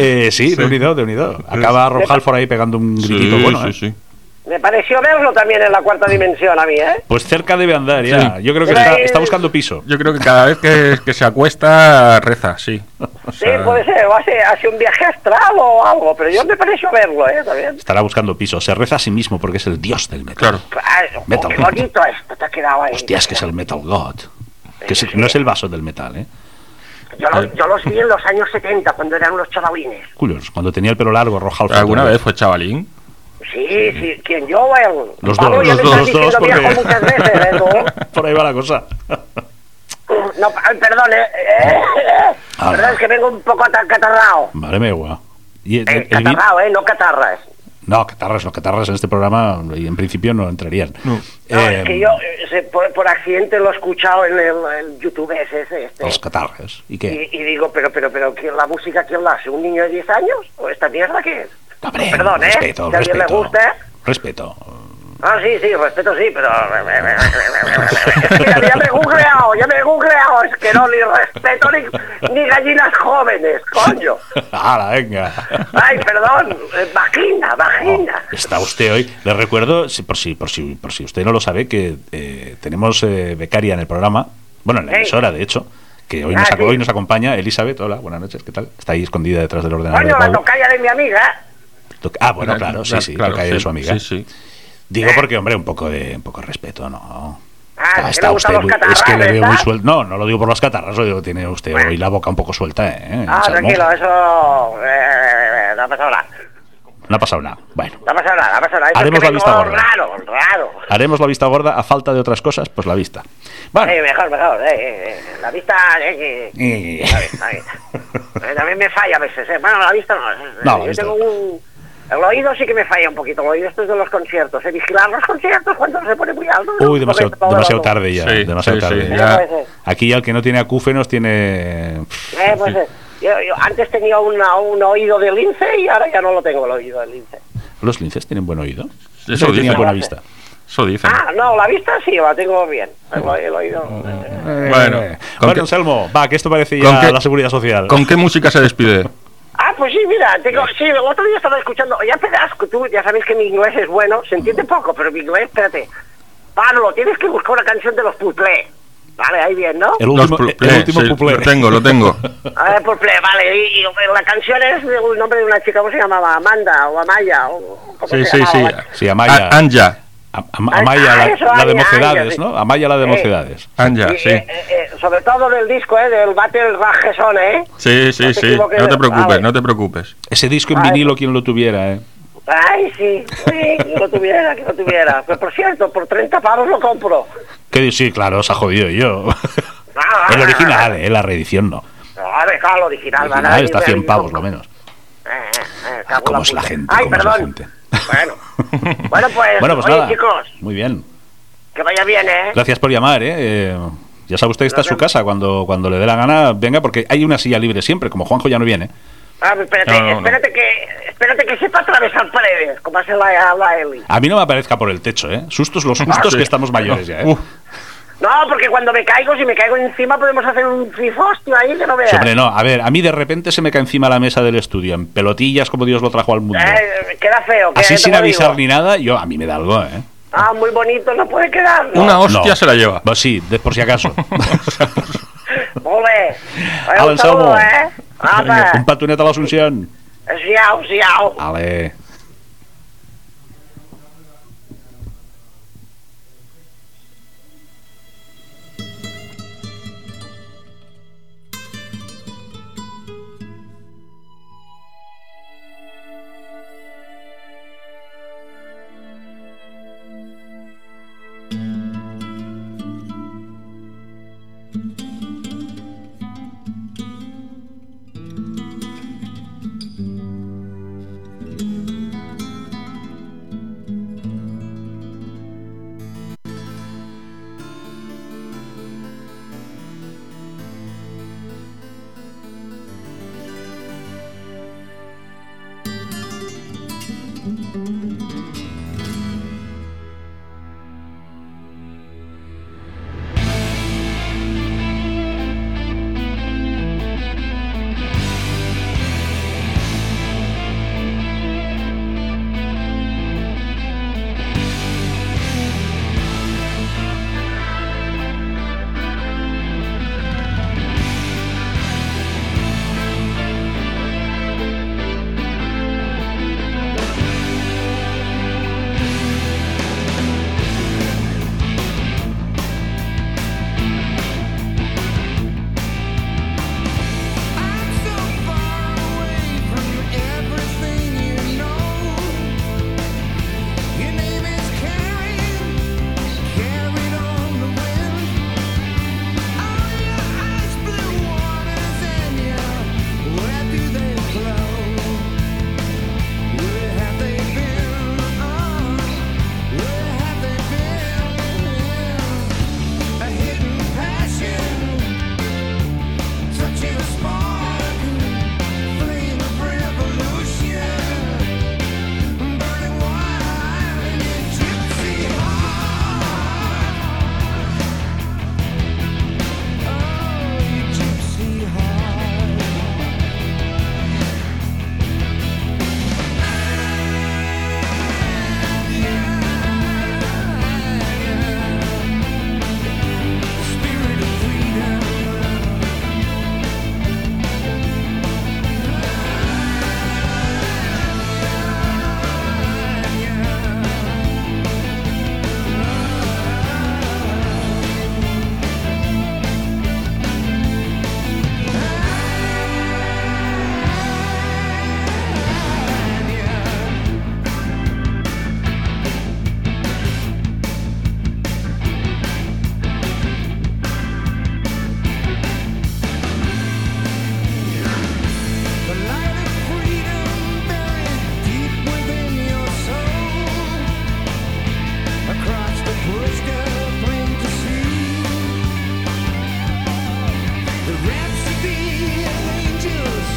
Speaker 1: Eh, sí, de unido, de unido. Acaba Rob Halford ahí pegando un gritito
Speaker 2: sí,
Speaker 1: bueno.
Speaker 2: sí,
Speaker 1: ¿eh?
Speaker 2: sí.
Speaker 3: Me pareció verlo también en la cuarta dimensión a mí, ¿eh?
Speaker 1: Pues cerca debe andar ya.
Speaker 2: Sí.
Speaker 1: Yo creo que
Speaker 3: Pero
Speaker 1: está,
Speaker 3: ahí-
Speaker 1: está buscando piso.
Speaker 2: Yo creo que cada vez que, que se acuesta, reza, sí. O
Speaker 3: Sí,
Speaker 2: sea,
Speaker 3: puede ser. O hace, hace un viaje astral o algo, pero yo me pareció verlo, ¿eh? También.
Speaker 1: Estará buscando piso. Se reza a sí mismo porque es el dios del metal.
Speaker 2: Claro.
Speaker 3: Claro,
Speaker 1: Metal.
Speaker 3: Ah, qué bonito esto te ha quedado ahí.
Speaker 1: Hostias, que es el metal god. Que es- no es el vaso del metal, ¿eh?
Speaker 3: Yo, lo- yo los vi en los años 70, cuando eran unos chavalines.
Speaker 1: Culos. Cuando tenía el pelo largo, Rob Halford.
Speaker 2: ¿Alguna vez fue chavalín?
Speaker 3: Sí, sí, ¿quién yo o él?
Speaker 1: Los
Speaker 3: Pablo,
Speaker 1: dos,
Speaker 3: ya
Speaker 1: los
Speaker 3: me
Speaker 1: dos, los
Speaker 3: estás
Speaker 1: dos,
Speaker 3: diciendo viejo
Speaker 1: porque-
Speaker 3: muchas veces, ¿eh? tú?
Speaker 1: Por ahí va la cosa.
Speaker 3: No, ay, perdón, eh. eh, eh.
Speaker 1: Ah,
Speaker 3: Perdón,
Speaker 1: no.
Speaker 3: es que vengo un poco ata- catarrao.
Speaker 1: Madre mía, guau. Y el-
Speaker 3: Eh,
Speaker 1: el- el-
Speaker 3: catarrao, eh, no catarras.
Speaker 1: No, catarras, no, catarras en este programa en principio no entrarían.
Speaker 3: No,
Speaker 1: Eh,
Speaker 3: es que yo eh, se- por, por accidente lo he escuchado en el, el YouTube ese, ese, este.
Speaker 1: Los catarras. ¿Y qué?
Speaker 3: Y, y digo, pero, pero, pero, ¿quién la música quién la hace? ¿Un niño de 10 años? ¿O esta mierda qué es?
Speaker 1: Hombre,
Speaker 3: Perdón, ¿eh?
Speaker 1: respeto,
Speaker 3: si a alguien le
Speaker 1: respeto.
Speaker 3: gusta.
Speaker 1: Respeto.
Speaker 3: Ah, sí, sí, respeto, sí, pero... eh, Mira, eh, ya me he googleado, ya me he googleado. Es que no, ni respeto ni, ni gallinas jóvenes, coño.
Speaker 1: Ahora, venga.
Speaker 3: Ay, perdón, eh, vagina, vagina.
Speaker 1: Oh, está usted hoy. Le recuerdo, si- por si, por si, por si usted no lo sabe, que eh, tenemos eh, becaria en el programa, bueno, en la
Speaker 3: Sí.
Speaker 1: emisora, de hecho, que hoy
Speaker 3: Ah,
Speaker 1: nos, ac-
Speaker 3: sí.
Speaker 1: hoy nos acompaña Elizabeth. Hola, buenas noches, ¿qué tal? Está ahí escondida detrás del ordenador.
Speaker 3: Coño,
Speaker 1: de
Speaker 3: la
Speaker 1: Pablo.
Speaker 3: tocaya de mi amiga. ¿eh?
Speaker 1: Toc- Ah, bueno, claro, sí, sí,
Speaker 2: claro,
Speaker 1: tocaya de
Speaker 2: sí,
Speaker 1: su amiga.
Speaker 2: Sí, sí.
Speaker 1: Digo porque, hombre, un poco de, un poco de respeto, ¿no?
Speaker 3: Eh. Ah, que le gustan los ¿eh?
Speaker 1: muy- es que le
Speaker 3: catarras,
Speaker 1: veo muy
Speaker 3: ¿verdad?
Speaker 1: suelto. No, no lo digo por las catarras, lo digo, tiene usted hoy la boca un poco suelta, ¿eh?
Speaker 3: Ah,
Speaker 1: Salmón.
Speaker 3: tranquilo, eso... eh, no ha pasado nada.
Speaker 1: No ha pasado nada. Bueno,
Speaker 3: No ha pasado nada, no ha pasado nada. Eso
Speaker 1: Haremos
Speaker 3: es que
Speaker 1: la
Speaker 3: vengo
Speaker 1: vista gorda.
Speaker 3: Raro, raro.
Speaker 1: haremos la vista gorda a falta de otras cosas, pues la vista. Bueno,
Speaker 3: Eh, mejor, mejor. eh, eh, eh, La vista... eh, eh,
Speaker 1: eh,
Speaker 3: Está bien, está bien. Eh, También me falla a veces, ¿eh? Bueno, la vista no. eh,
Speaker 1: No, la
Speaker 3: Yo
Speaker 1: vista
Speaker 3: tengo un... El oído sí que me falla un poquito, el oído esto es de los conciertos. ¿eh? Vigilar los conciertos cuando se pone muy alto. ¿no?
Speaker 1: uy, demasiado,
Speaker 3: Porque este todo
Speaker 1: demasiado
Speaker 3: lo-
Speaker 1: tarde ya,
Speaker 2: Sí,
Speaker 1: demasiado
Speaker 2: sí, sí,
Speaker 1: tarde.
Speaker 2: ya.
Speaker 3: Eh, pues, eh,
Speaker 1: Aquí ya el que no tiene acúfenos tiene...
Speaker 3: eh, pues, eh, yo, yo antes tenía una- un oído de lince y ahora ya no lo tengo el oído de lince.
Speaker 1: ¿Los linces tienen buen oído? Yo
Speaker 2: Eso
Speaker 1: tenía
Speaker 2: dicen.
Speaker 1: buena vista.
Speaker 2: Eso dicen.
Speaker 3: Ah, no, la vista sí, la tengo bien. El, o- el oído.
Speaker 1: Mm.
Speaker 3: eh,
Speaker 2: Bueno,
Speaker 1: Eh,
Speaker 2: ¿con
Speaker 1: bueno
Speaker 2: qué-
Speaker 1: Selmo, va, que esto parece
Speaker 2: con
Speaker 1: ya
Speaker 2: qué-
Speaker 1: la Seguridad Social.
Speaker 2: ¿Con qué música se despide?
Speaker 3: Ah, pues sí, mira, tengo, sí, el otro día estaba escuchando, ya pedasco, tú ya sabes que mi inglés es bueno, se
Speaker 1: Mm.
Speaker 3: entiende poco, pero mi inglés, espérate. Pablo, tienes que buscar una canción de los Puplé. Vale, ahí bien, ¿no?
Speaker 1: El último,
Speaker 2: Los
Speaker 1: el
Speaker 2: Puplé,
Speaker 1: último
Speaker 2: sí,
Speaker 1: puplé.
Speaker 2: Lo tengo, lo tengo.
Speaker 3: A ver, Puplé, vale, y, y la canción es el nombre de una chica, ¿cómo se llamaba? Amanda o Amaya o como
Speaker 2: Sí,
Speaker 3: se
Speaker 2: sí, sí.
Speaker 3: llamaba.
Speaker 1: Sí, Amaya.
Speaker 2: A- Anja.
Speaker 1: Am- Am- Amaya,
Speaker 3: Ah,
Speaker 1: la,
Speaker 3: eso,
Speaker 1: la de
Speaker 3: Anja,
Speaker 1: mocedades,
Speaker 3: Anja,
Speaker 1: ¿no? Amaya, la de
Speaker 3: Eh.
Speaker 1: mocedades.
Speaker 2: Anja,
Speaker 3: Y,
Speaker 2: sí.
Speaker 3: eh, eh, eh, sobre todo del disco, ¿eh? Del Battle Rajeson, ¿eh?
Speaker 2: Sí, sí,
Speaker 3: no te
Speaker 2: sí.
Speaker 3: equivoques,
Speaker 2: No te preocupes,
Speaker 3: vale.
Speaker 2: no te preocupes.
Speaker 1: Ese disco en
Speaker 3: Ah,
Speaker 1: vinilo, quien lo tuviera, ¿eh?
Speaker 3: Ay, sí, sí, que lo tuviera, que lo tuviera. Pero por cierto, por 30 pavos lo compro.
Speaker 1: Que di- sí, claro, se ha jodido yo.
Speaker 3: Ah,
Speaker 1: el original, ¿eh? La reedición no.
Speaker 3: A ver, claro, el original,
Speaker 1: El
Speaker 3: van a
Speaker 1: original
Speaker 3: ir
Speaker 1: está a
Speaker 3: de
Speaker 1: 100
Speaker 3: ahí,
Speaker 1: pavos,
Speaker 3: ¿no?
Speaker 1: lo menos.
Speaker 3: Eh, eh,
Speaker 1: Ah,
Speaker 3: cago en
Speaker 1: ¿Cómo es la
Speaker 3: puta.
Speaker 1: gente?
Speaker 3: Ay,
Speaker 1: ¿Cómo es la
Speaker 3: perdón.
Speaker 1: gente?
Speaker 3: Bueno, bueno pues,
Speaker 1: Bueno, pues
Speaker 3: oye,
Speaker 1: nada.
Speaker 3: chicos,
Speaker 1: Muy bien.
Speaker 3: que vaya bien, ¿eh?
Speaker 1: Gracias por llamar, ¿eh? Eh, Ya sabe usted que está en su casa. Cuando, cuando le dé la gana, venga, porque hay una silla libre siempre. Como Juanjo ya no viene.
Speaker 3: Ah, espérate,
Speaker 2: No, no, no.
Speaker 3: espérate que espérate que sepa atravesar paredes, como hace la, la Eli.
Speaker 1: A mí no me aparezca por el techo, ¿eh? Sustos,
Speaker 3: Ah,
Speaker 1: los sustos
Speaker 2: Sí.
Speaker 1: que estamos mayores ya, ¿eh?
Speaker 2: Uf,
Speaker 3: No, porque cuando me caigo, si me caigo encima, podemos hacer un trifostio ahí que no veas.
Speaker 1: Sí, hombre, no. A ver, a mí de repente se me cae encima la mesa del estudio. En pelotillas, como Dios lo trajo al mundo.
Speaker 3: Eh, queda feo. que
Speaker 1: Así
Speaker 3: te
Speaker 1: sin
Speaker 3: lo
Speaker 1: avisar
Speaker 3: digo.
Speaker 1: ni nada, yo a mí me da algo, ¿eh?
Speaker 3: Ah, muy bonito, no puede quedar. ¿no?
Speaker 2: Una hostia
Speaker 1: No.
Speaker 2: se la lleva.
Speaker 1: Pues sí, de- por si acaso.
Speaker 3: Molt bé. Adéu,
Speaker 1: Avançau-m'ho.
Speaker 3: saludo, eh? Apa,
Speaker 1: Un petonet a l'Assumpción.
Speaker 3: siau, siau.
Speaker 1: Ale.
Speaker 4: I'm so far away from everything you know. Your name is carried, carried on the wind. On your ice blue waters and your where do they flow? Where have they been? Where have they been? A hidden passion. Touching a spark, flame of revolution, burning wide in your gypsy heart. Oh, your gypsy heart. Spirit of freedom. The light of freedom buried deep within your soul. Across the pushed up plain to see. The rhapsody of angels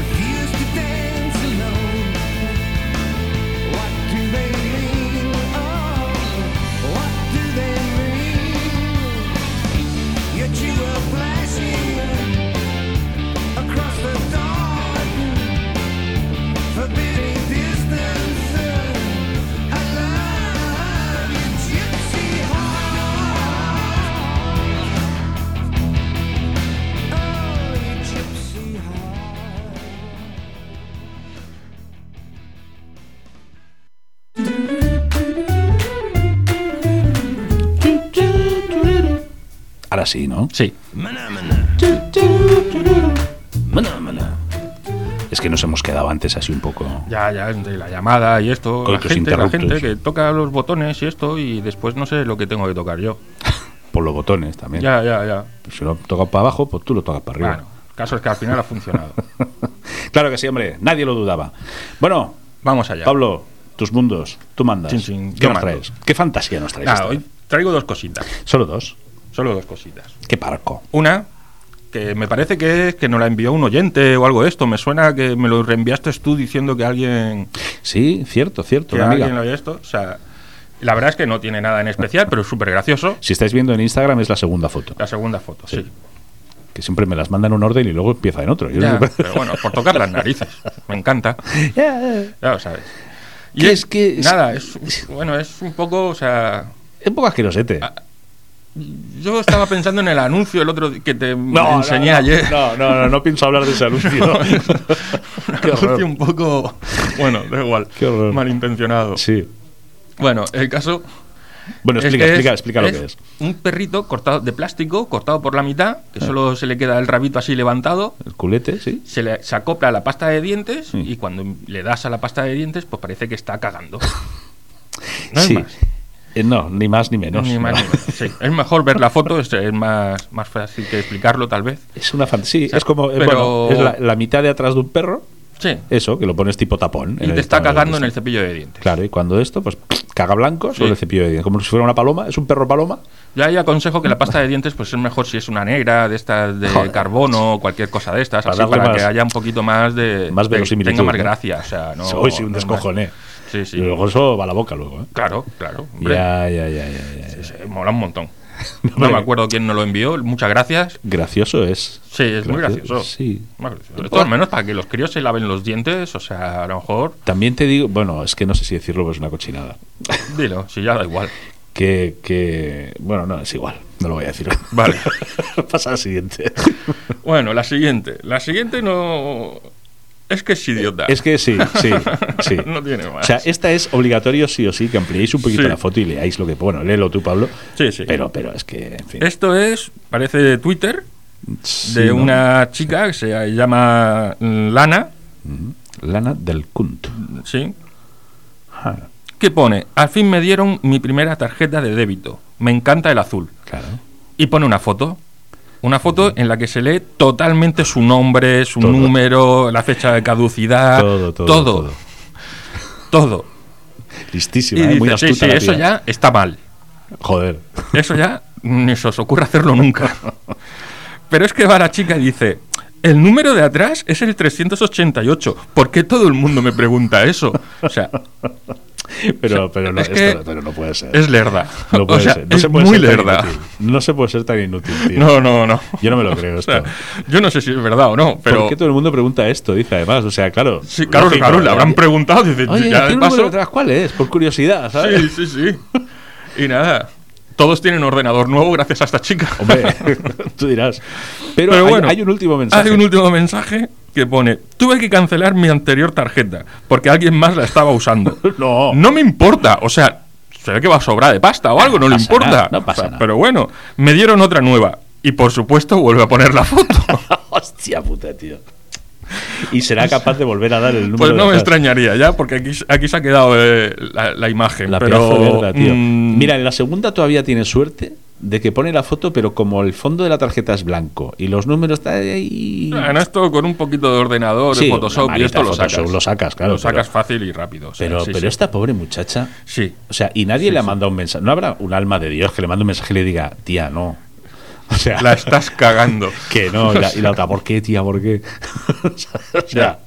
Speaker 4: refuse to dance alone. What do they mean? Oh, what do they mean? Yet you are flashing across the dark, forbidding distance. I love your gypsy heart. Oh, your gypsy heart.
Speaker 1: Ara sí, no?
Speaker 2: Sí.
Speaker 1: Es que nos hemos quedado antes así un poco...
Speaker 2: Ya, ya, entre la llamada y esto,
Speaker 1: Con
Speaker 2: la
Speaker 1: tus
Speaker 2: gente, la
Speaker 1: interruptus.
Speaker 2: gente que toca los botones y esto, y después no sé lo que tengo que tocar yo.
Speaker 1: Por los botones también.
Speaker 2: Ya, ya, ya.
Speaker 1: Si lo tocas para abajo, pues tú lo tocas para arriba.
Speaker 2: Bueno, el caso es que al final ha funcionado.
Speaker 1: claro que sí, hombre. Nadie lo dudaba. Bueno,
Speaker 2: Vamos allá.
Speaker 1: Pablo, tus mundos, tú mandas.
Speaker 2: Chin, chin,
Speaker 1: ¿Qué
Speaker 2: yo
Speaker 1: nos
Speaker 2: mando.
Speaker 1: traes? ¿Qué fantasía nos traes?
Speaker 2: Nada,
Speaker 1: esta
Speaker 2: hoy
Speaker 1: vez?
Speaker 2: traigo dos cositas.
Speaker 1: Solo dos.
Speaker 2: Solo dos cositas.
Speaker 1: Qué parco.
Speaker 2: Una, que me parece que es que nos la envió un oyente o algo de esto. Me suena que me lo reenviaste tú diciendo que alguien
Speaker 1: Sí, cierto, cierto.
Speaker 2: que
Speaker 1: una
Speaker 2: alguien
Speaker 1: amiga.
Speaker 2: lo oye esto. O sea, la verdad es que no tiene nada en especial, pero es súper gracioso.
Speaker 1: Si estáis viendo en Instagram es la segunda foto.
Speaker 2: La segunda foto, sí.
Speaker 1: Que siempre me las manda en un orden y luego empieza en otro. Yo
Speaker 2: Ya,
Speaker 1: no sé-
Speaker 2: pero bueno, por tocar las narices. Me encanta.
Speaker 1: Ya, eh,
Speaker 2: Ya lo sabes.
Speaker 1: Que es que-
Speaker 2: Nada, es, bueno, es un poco, o sea,
Speaker 1: es un poco asquerosete.
Speaker 2: Ah. Yo estaba pensando en el anuncio el otro di- que te
Speaker 1: No,
Speaker 2: enseñé
Speaker 1: no, no,
Speaker 2: ayer.
Speaker 1: No, no, no, no pienso hablar de ese anuncio.
Speaker 2: Un
Speaker 1: Qué horror.
Speaker 2: anuncio un poco. Bueno, da igual.
Speaker 1: Qué horror.
Speaker 2: Malintencionado.
Speaker 1: Sí.
Speaker 2: Bueno, el caso.
Speaker 1: Bueno,
Speaker 2: es
Speaker 1: explica,
Speaker 2: que
Speaker 1: explica,
Speaker 2: es-
Speaker 1: explica lo que es.
Speaker 2: Un perrito cortado de plástico, cortado por la mitad, que
Speaker 1: Ah.
Speaker 2: solo se le queda el rabito así levantado.
Speaker 1: El culete, sí.
Speaker 2: Se le se acopla a la pasta de dientes
Speaker 1: Sí.
Speaker 2: y cuando le das a la pasta de dientes, pues parece que está cagando. No es
Speaker 1: sí.
Speaker 2: más.
Speaker 1: Eh, no, ni más ni menos.
Speaker 2: Ni más
Speaker 1: No.
Speaker 2: ni menos. Sí, Es mejor ver la foto, es, es más, más fácil que explicarlo, tal vez.
Speaker 1: Es una fantasía.
Speaker 2: sea,
Speaker 1: es como eh,
Speaker 2: pero-
Speaker 1: bueno, es la, la mitad de atrás de un perro,
Speaker 2: Sí.
Speaker 1: eso, que lo pones tipo tapón. en
Speaker 2: Y
Speaker 1: el
Speaker 2: te está
Speaker 1: estado de
Speaker 2: cagando en el
Speaker 1: cepillo.
Speaker 2: cepillo de dientes.
Speaker 1: Claro, y cuando esto, pues caga blanco sobre
Speaker 2: Sí.
Speaker 1: el cepillo de dientes. Como si fuera una paloma, es un perro paloma.
Speaker 2: Yo ahí aconsejo que la pasta de dientes pues es mejor si es una negra, de estas de
Speaker 1: Joder.
Speaker 2: carbono o cualquier cosa de estas,
Speaker 1: Para
Speaker 2: así
Speaker 1: darle
Speaker 2: para
Speaker 1: más-
Speaker 2: que haya un poquito más de
Speaker 1: más
Speaker 2: que
Speaker 1: verosimilitud,
Speaker 2: tenga más
Speaker 1: ¿no?
Speaker 2: gracia, o sea, no
Speaker 1: Hoy sí, un
Speaker 2: no es
Speaker 1: descojoné.
Speaker 2: más- Sí, sí.
Speaker 1: Y luego eso va a la boca luego. ¿eh?
Speaker 2: Claro, claro. hombre.
Speaker 1: Ya, eh, ya, ya, ya, ya, ya.
Speaker 2: Sí, sí, mola un montón. No me acuerdo quién nos lo envió, muchas gracias.
Speaker 1: Gracioso es.
Speaker 2: Sí, es muy gracioso.
Speaker 1: Sí.
Speaker 2: Muy gracioso. Esto al menos para que los críos se laven los dientes, o sea, a lo mejor,
Speaker 1: También te digo, bueno, es que no sé si decirlo, pero es una cochinada.
Speaker 2: dilo, si ya da igual.
Speaker 1: Que, que, bueno, no, es igual, no lo voy a decir.
Speaker 2: Vale.
Speaker 1: Pasa al siguiente.
Speaker 2: Bueno, la siguiente. La siguiente no... Es que es idiota.
Speaker 1: Eh, Es que sí, sí, sí.
Speaker 2: No tiene
Speaker 1: O
Speaker 2: más.
Speaker 1: sea, esta es obligatorio sí o sí que ampliéis un poquito
Speaker 2: Sí.
Speaker 1: la foto y leáis lo que. Bueno, léelo tú, Pablo.
Speaker 2: Sí, sí.
Speaker 1: Pero, pero es que, en fin.
Speaker 2: Esto es, parece de Twitter,
Speaker 1: Sí,
Speaker 2: de
Speaker 1: ¿no?
Speaker 2: una chica que se llama mm, Lana,
Speaker 1: Lana del Cunt.
Speaker 2: ¿sí?
Speaker 1: Ah,
Speaker 2: Que pone, al fin me dieron mi primera tarjeta de débito. Me encanta el azul.
Speaker 1: claro.
Speaker 2: Y pone una foto. Una foto en la que se lee totalmente su nombre, su
Speaker 1: Todo.
Speaker 2: número, la fecha de caducidad,
Speaker 1: Todo, todo,
Speaker 2: Ah, todo.
Speaker 1: todo.
Speaker 2: todo.
Speaker 1: Listísima,
Speaker 2: Y
Speaker 1: ¿eh? muy
Speaker 2: dice, sí,
Speaker 1: astuta.
Speaker 2: sí,
Speaker 1: la
Speaker 2: eso
Speaker 1: tía".
Speaker 2: ya está mal.
Speaker 1: Joder.
Speaker 2: Eso ya ni se os ocurre hacerlo nunca. Pero es que va la chica y dice, el número de atrás es el 388. ¿Por qué todo el mundo me pregunta eso? O sea,
Speaker 1: Pero, pero, no,
Speaker 2: es que
Speaker 1: esto- pero no puede ser.
Speaker 2: es lerda.
Speaker 1: No puede
Speaker 2: o sea,
Speaker 1: ser. No
Speaker 2: es
Speaker 1: se puede
Speaker 2: muy
Speaker 1: ser tan
Speaker 2: lerda.
Speaker 1: inútil. No se puede ser tan inútil, tío.
Speaker 2: No, no, no.
Speaker 1: Yo no me lo creo
Speaker 2: O
Speaker 1: esto.
Speaker 2: sea, yo no sé si es verdad o no, pero...
Speaker 1: ¿Por qué todo el mundo pregunta esto? Dice además, o sea, claro.
Speaker 2: Sí, claro,
Speaker 1: lógico,
Speaker 2: claro, le
Speaker 1: ya-
Speaker 2: habrán preguntado. Dice,
Speaker 1: Oye,
Speaker 2: ya
Speaker 1: ¿qué
Speaker 2: de
Speaker 1: número ¿eh?
Speaker 2: paso...
Speaker 1: detrás cuál es? Por curiosidad, ¿sabes?
Speaker 2: Sí, sí, sí. Y nada, todos tienen ordenador nuevo gracias a esta chica.
Speaker 1: Hombre, tú dirás. Pero,
Speaker 2: Pero
Speaker 1: hay,
Speaker 2: bueno,
Speaker 1: hay un último mensaje.
Speaker 2: Hay un último mensaje que pone: Tuve que cancelar mi anterior tarjeta porque alguien más la estaba usando.
Speaker 1: No.
Speaker 2: No me importa. O sea, se ve que va a sobrar de pasta o algo, no, le
Speaker 1: pasa
Speaker 2: importa.
Speaker 1: nada, no pasa
Speaker 2: O sea,
Speaker 1: nada.
Speaker 2: Pero bueno, me dieron otra nueva. Y por supuesto, vuelve a poner la foto.
Speaker 1: Hostia puta, tío. Y será capaz de volver a dar el número.
Speaker 2: Pues no
Speaker 1: de
Speaker 2: me
Speaker 1: atrás.
Speaker 2: extrañaría ya, porque aquí, aquí se ha quedado eh, la, la imagen.
Speaker 1: La
Speaker 2: pero,
Speaker 1: pedazo de verdad, tío.
Speaker 2: mm,
Speaker 1: Mira, en la segunda todavía tiene suerte de que pone la foto, pero como el fondo de la tarjeta es blanco y los números están ahí.
Speaker 2: en esto con un poquito de ordenador,
Speaker 1: Sí,
Speaker 2: de
Speaker 1: una
Speaker 2: Photoshop y
Speaker 1: manita
Speaker 2: esto lo
Speaker 1: Photoshop
Speaker 2: sacas.
Speaker 1: lo sacas, claro,
Speaker 2: Lo sacas
Speaker 1: pero-
Speaker 2: fácil y rápido. o sea,
Speaker 1: Pero,
Speaker 2: sí,
Speaker 1: pero
Speaker 2: sí.
Speaker 1: esta pobre muchacha.
Speaker 2: Sí.
Speaker 1: O sea, y nadie
Speaker 2: Sí,
Speaker 1: le ha
Speaker 2: sí.
Speaker 1: mandado un mensaje. No habrá un alma de Dios que le mande un mensaje y le diga, tía, no. O sea,
Speaker 2: La estás cagando.
Speaker 1: que no. Y la, y la otra, ¿por qué, tía? ¿Por qué? o sea,
Speaker 2: Ya,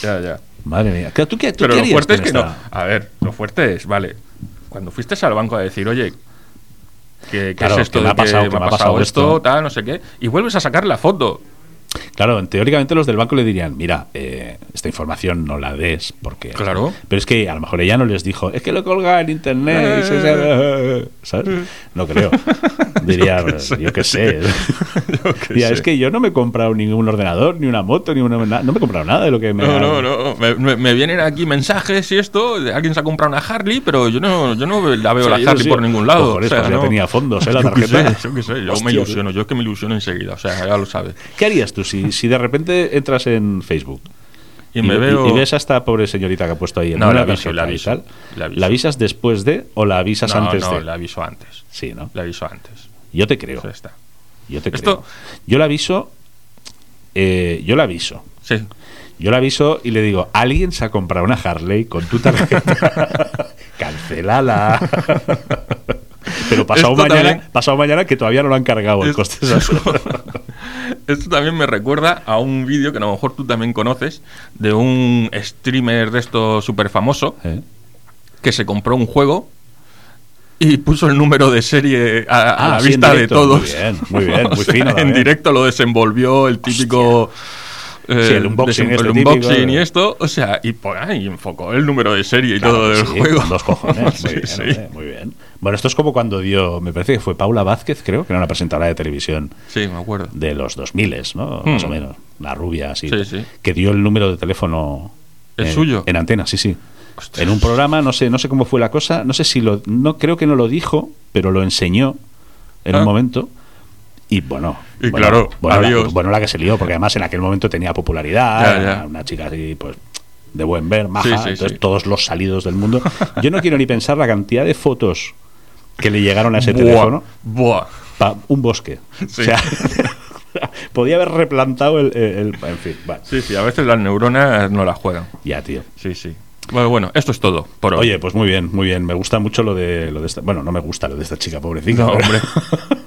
Speaker 2: ya, ya.
Speaker 1: madre mía. Claro, ¿Tú qué, tú
Speaker 2: Pero
Speaker 1: qué
Speaker 2: lo
Speaker 1: harías
Speaker 2: fuerte es
Speaker 1: con
Speaker 2: que no.
Speaker 1: esta?
Speaker 2: A ver, lo fuerte es, vale. Cuando fuiste al banco a decir, oye, ¿qué, qué
Speaker 1: Claro,
Speaker 2: es esto?
Speaker 1: que me ha
Speaker 2: de
Speaker 1: pasado, que me ha pasado esto?
Speaker 2: tal, no sé qué. Y vuelves a sacar la foto.
Speaker 1: Claro, teóricamente los del banco le dirían, mira, eh, esta información no la des porque...
Speaker 2: Claro.
Speaker 1: Pero es que a lo mejor ella no les dijo, es que lo colga en
Speaker 2: Eh.
Speaker 1: internet. y se-
Speaker 2: Mm.
Speaker 1: ¿Sabes? No creo. Diría, yo qué sé.
Speaker 2: Yo qué
Speaker 1: Diría,
Speaker 2: sé.
Speaker 1: es que yo no me he comprado ningún ordenador, ni una moto, ni una... na- No me he comprado nada de lo que me...
Speaker 2: No,
Speaker 1: han-
Speaker 2: no, no. Me, me- me vienen aquí mensajes y esto. de Alguien se ha comprado una Harley, pero yo no, yo no la veo
Speaker 1: O sea, yo
Speaker 2: la
Speaker 1: no
Speaker 2: Harley
Speaker 1: sé.
Speaker 2: por ningún lado.
Speaker 1: Cojones,
Speaker 2: o sea,
Speaker 1: pues ya
Speaker 2: no.
Speaker 1: tenía fondos, ¿eh? La
Speaker 2: Yo qué sé,
Speaker 1: tarjeta.
Speaker 2: Yo qué sé, yo
Speaker 1: Hostia,
Speaker 2: me ilusiono, yo es que me ilusiono enseguida, o sea, ya lo sabes.
Speaker 1: ¿Qué harías tú si, si de repente entras en Facebook
Speaker 2: Y, me veo.
Speaker 1: y ves a esta pobre señorita que ha puesto ahí el
Speaker 2: No,
Speaker 1: número
Speaker 2: la
Speaker 1: de
Speaker 2: aviso,
Speaker 1: tarjeta
Speaker 2: la
Speaker 1: y
Speaker 2: aviso,
Speaker 1: tal?
Speaker 2: la aviso.
Speaker 1: ¿La avisas después de o la avisas
Speaker 2: no,
Speaker 1: antes
Speaker 2: no,
Speaker 1: de?
Speaker 2: la aviso antes.
Speaker 1: Sí, ¿no?
Speaker 2: La aviso antes.
Speaker 1: Yo te creo.
Speaker 2: Eso está.
Speaker 1: Yo te
Speaker 2: Esto-
Speaker 1: creo. Yo la aviso. eh, yo la aviso.
Speaker 2: Sí,
Speaker 1: Yo la aviso y le digo, alguien se ha comprado una Harley con tu tarjeta. Cancelala. Pero pasado
Speaker 2: Esto
Speaker 1: mañana,
Speaker 2: también-
Speaker 1: pasado mañana que todavía no lo han cargado el
Speaker 2: Es-
Speaker 1: coste.
Speaker 2: Esto también me recuerda a un vídeo que a lo mejor tú también conoces, de un streamer de esto súper famoso,
Speaker 1: ¿Eh?
Speaker 2: que se compró un juego y puso el número de serie a, a
Speaker 1: Ah,
Speaker 2: la
Speaker 1: sí, en
Speaker 2: vista de
Speaker 1: directo.
Speaker 2: todos.
Speaker 1: Muy bien, muy bien,
Speaker 2: O
Speaker 1: muy
Speaker 2: sea,
Speaker 1: fino
Speaker 2: En
Speaker 1: también.
Speaker 2: directo lo desenvolvió el típico... eh,
Speaker 1: Sí, el unboxing
Speaker 2: desem-
Speaker 1: este
Speaker 2: el
Speaker 1: típico,
Speaker 2: unboxing y
Speaker 1: eh.
Speaker 2: esto, o sea, y, por ahí enfocó el número de serie y
Speaker 1: Claro
Speaker 2: todo
Speaker 1: que
Speaker 2: del
Speaker 1: sí,
Speaker 2: juego.
Speaker 1: con Dos cojones.
Speaker 2: Sí,
Speaker 1: Muy bien,
Speaker 2: sí.
Speaker 1: hombre, muy bien. Bueno, esto es como cuando dio, me parece que fue Paula Vázquez, creo, que era una presentadora de televisión
Speaker 2: Sí, me acuerdo.
Speaker 1: de los 2000, ¿no? Más
Speaker 2: Hmm.
Speaker 1: o menos. La rubia, así.
Speaker 2: Sí, sí.
Speaker 1: Que dio el número de teléfono.
Speaker 2: ¿El
Speaker 1: en-
Speaker 2: suyo?
Speaker 1: En antena, sí, sí.
Speaker 2: Ostras.
Speaker 1: En un programa, no sé, no sé cómo fue la cosa, no sé si lo. No creo que no lo dijo, pero lo enseñó en
Speaker 2: Ah.
Speaker 1: un momento. Y bueno.
Speaker 2: Y
Speaker 1: bueno,
Speaker 2: claro,
Speaker 1: bueno, la,
Speaker 2: adiós.
Speaker 1: bueno, la que se lió, porque además en aquel momento tenía popularidad,
Speaker 2: Ya, ya.
Speaker 1: era una chica así, pues. De buen ver, maja,
Speaker 2: Sí, sí,
Speaker 1: entonces
Speaker 2: sí.
Speaker 1: todos los salidos del mundo. Yo no quiero ni pensar la cantidad de fotos que le llegaron a ese
Speaker 2: Buah,
Speaker 1: teléfono
Speaker 2: Buah.
Speaker 1: pa- un bosque.
Speaker 2: Sí.
Speaker 1: O sea, podía haber replantado el, el- el- En fin, va.
Speaker 2: Sí, sí, a veces las neuronas no las juegan.
Speaker 1: Ya, tío.
Speaker 2: Sí, sí. Bueno, bueno, esto es todo por hoy.
Speaker 1: Oye, pues muy bien, muy bien. Me gusta mucho lo de, lo de esta. Bueno, no me gusta lo de esta chica, pobrecita.
Speaker 2: No,
Speaker 1: pero-
Speaker 2: hombre.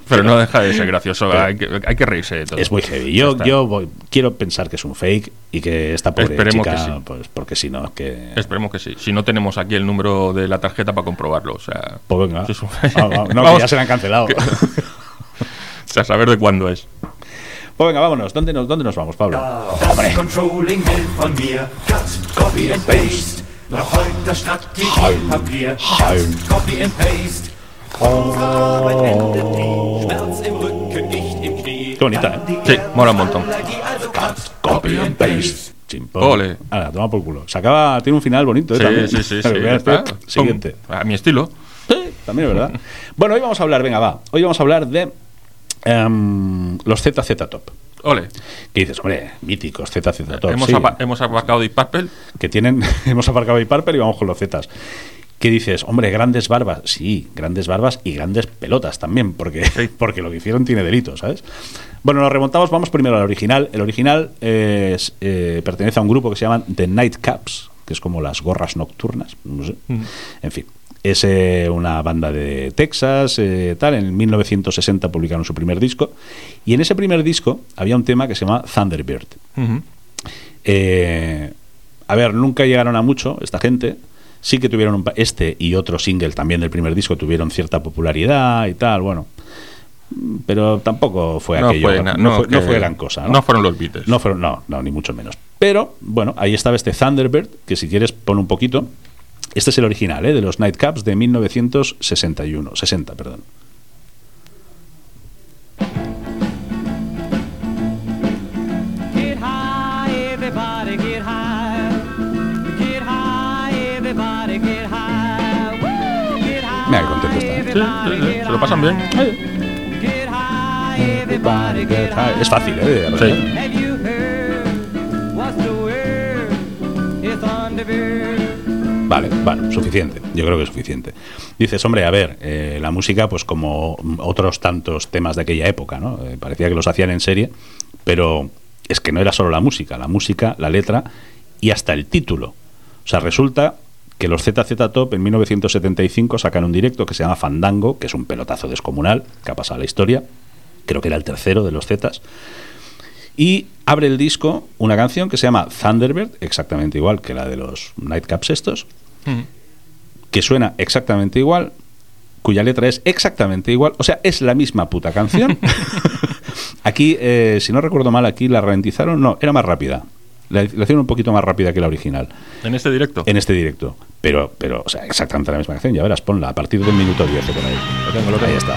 Speaker 2: Pero no deja de ser gracioso.
Speaker 1: Pero-
Speaker 2: Hay que, hay que reírse de todo.
Speaker 1: Es muy heavy.
Speaker 2: Ya
Speaker 1: Yo,
Speaker 2: está.
Speaker 1: yo voy- quiero pensar que es un fake y que esta pobre
Speaker 2: Esperemos
Speaker 1: chica,
Speaker 2: que sí.
Speaker 1: pues porque si no, que.
Speaker 2: Esperemos que sí. Si no tenemos aquí el número de la tarjeta para comprobarlo, o sea,
Speaker 1: Pues venga.
Speaker 2: Sí, es un-
Speaker 1: Ah, va, no, que
Speaker 2: Vamos.
Speaker 1: ya se la han cancelado.
Speaker 2: Que- o sea, saber de cuándo es.
Speaker 1: Pues venga, vámonos. ¿Dónde nos, dónde nos vamos, Pablo?
Speaker 2: Ah,
Speaker 5: Das Controlling will von mir. Cut, Copy and Paste. Nach heute Strategiepapier. Cut, Copy and Paste. Unsere Arbeit endet nie. Schmerz im Rücken, nicht im Knie.
Speaker 1: Qué bonita, ¿eh?
Speaker 2: Sí, mola un montón.
Speaker 5: Also cut, copy and paste.
Speaker 1: Chimpón.
Speaker 2: Ole.
Speaker 1: Ahora, toma por culo. Se acaba, tiene un final bonito, ¿eh?
Speaker 2: Sí,
Speaker 1: También.
Speaker 2: sí, sí, sí.
Speaker 1: Voy
Speaker 2: ya
Speaker 1: a hacer-
Speaker 2: está. Pum.
Speaker 1: Siguiente.
Speaker 2: A mi estilo.
Speaker 1: También es verdad. bueno, hoy vamos a hablar, venga, va. Hoy vamos a hablar de em, los ZZ Top.
Speaker 2: Ole.
Speaker 1: Que dices, hombre, míticos ZZ Top.
Speaker 2: Hemos,
Speaker 1: sí,
Speaker 2: apa- hemos apacado Deep Purple.
Speaker 1: que tienen, hemos aparcado el Parpel y vamos con los Zetas. Que dices, hombre, grandes barbas. Sí, grandes barbas y grandes pelotas también, porque,
Speaker 2: Sí.
Speaker 1: porque lo que hicieron tiene delito, ¿sabes? Bueno, nos remontamos, vamos primero al original. El original eh, es, eh, pertenece a un grupo que se llaman The Nightcaps, que es como las gorras nocturnas, no sé. En fin. Es eh, una banda de Texas, eh, tal. En 1960 publicaron su primer disco. Y en ese primer disco había un tema que se llama Thunderbird.
Speaker 2: Ujú.
Speaker 1: Eh, a ver, nunca llegaron a mucho esta gente. Sí que tuvieron un pa- este y otro single también del primer disco, tuvieron cierta popularidad y tal, bueno. Mm, Pero tampoco fue
Speaker 2: No
Speaker 1: aquello.
Speaker 2: fue
Speaker 1: gran-
Speaker 2: na-
Speaker 1: no,
Speaker 2: no,
Speaker 1: fue, no
Speaker 2: que-
Speaker 1: fue gran cosa. ¿no?
Speaker 2: no fueron los Beatles. Eh,
Speaker 1: No fueron, no, no, ni mucho menos. Pero, bueno, ahí estaba este Thunderbird, que si quieres pon un poquito. Este es el original, ¿eh? de los Nightcaps de 1961. 60, perdón.
Speaker 6: Get high, everybody, get high. Get high, everybody, get high. Woo! Get high.
Speaker 1: Mira qué contento está.
Speaker 2: Sí, sí, sí, eh, Se lo pasan bien.
Speaker 6: Get high, everybody, get high.
Speaker 1: Es fácil, ¿eh? de
Speaker 2: Sí.
Speaker 1: aprender.
Speaker 6: Have you heard what's the word? It's Thunderbird.
Speaker 1: Vale, bueno, suficiente. Yo creo que es suficiente. Dices, hombre, a ver, eh, la música, pues como otros tantos temas de aquella época, ¿no? Eh, parecía que los hacían en serie, pero es que no era solo la música, la música, la letra y hasta el título. O sea, resulta que los ZZ Top en 1975 sacan un directo que se llama Fandango, que es un pelotazo descomunal, que ha pasado a la historia. Creo que era el tercero de los Zetas. Y abre el disco una canción que se llama Thunderbird, exactamente igual que la de los Nightcaps estos,
Speaker 2: Ujú.
Speaker 1: que suena exactamente igual, cuya letra es exactamente igual, o sea, es la misma puta canción. aquí, eh, si no recuerdo mal, aquí la ralentizaron, no, era más rápida. La, la hicieron un poquito más rápida que la original
Speaker 2: En este directo.
Speaker 1: en este directo. Pero, pero, o sea, exactamente la misma canción, ya verás, ponla a partir del minuto 10 por ahí.
Speaker 2: Lo tengo, lo tengo.
Speaker 1: Ahí está.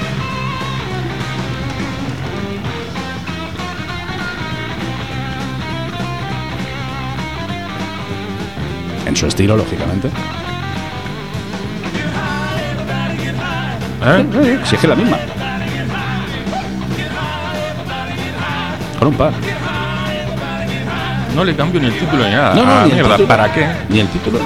Speaker 1: En su estilo, lógicamente.
Speaker 2: ¿Eh?
Speaker 1: Si es que es la misma. Con un par.
Speaker 2: No le cambio ni el título ni nada. Ah,
Speaker 1: ni el
Speaker 2: mierda,
Speaker 1: título.
Speaker 2: ¿para qué?
Speaker 1: Ni el título.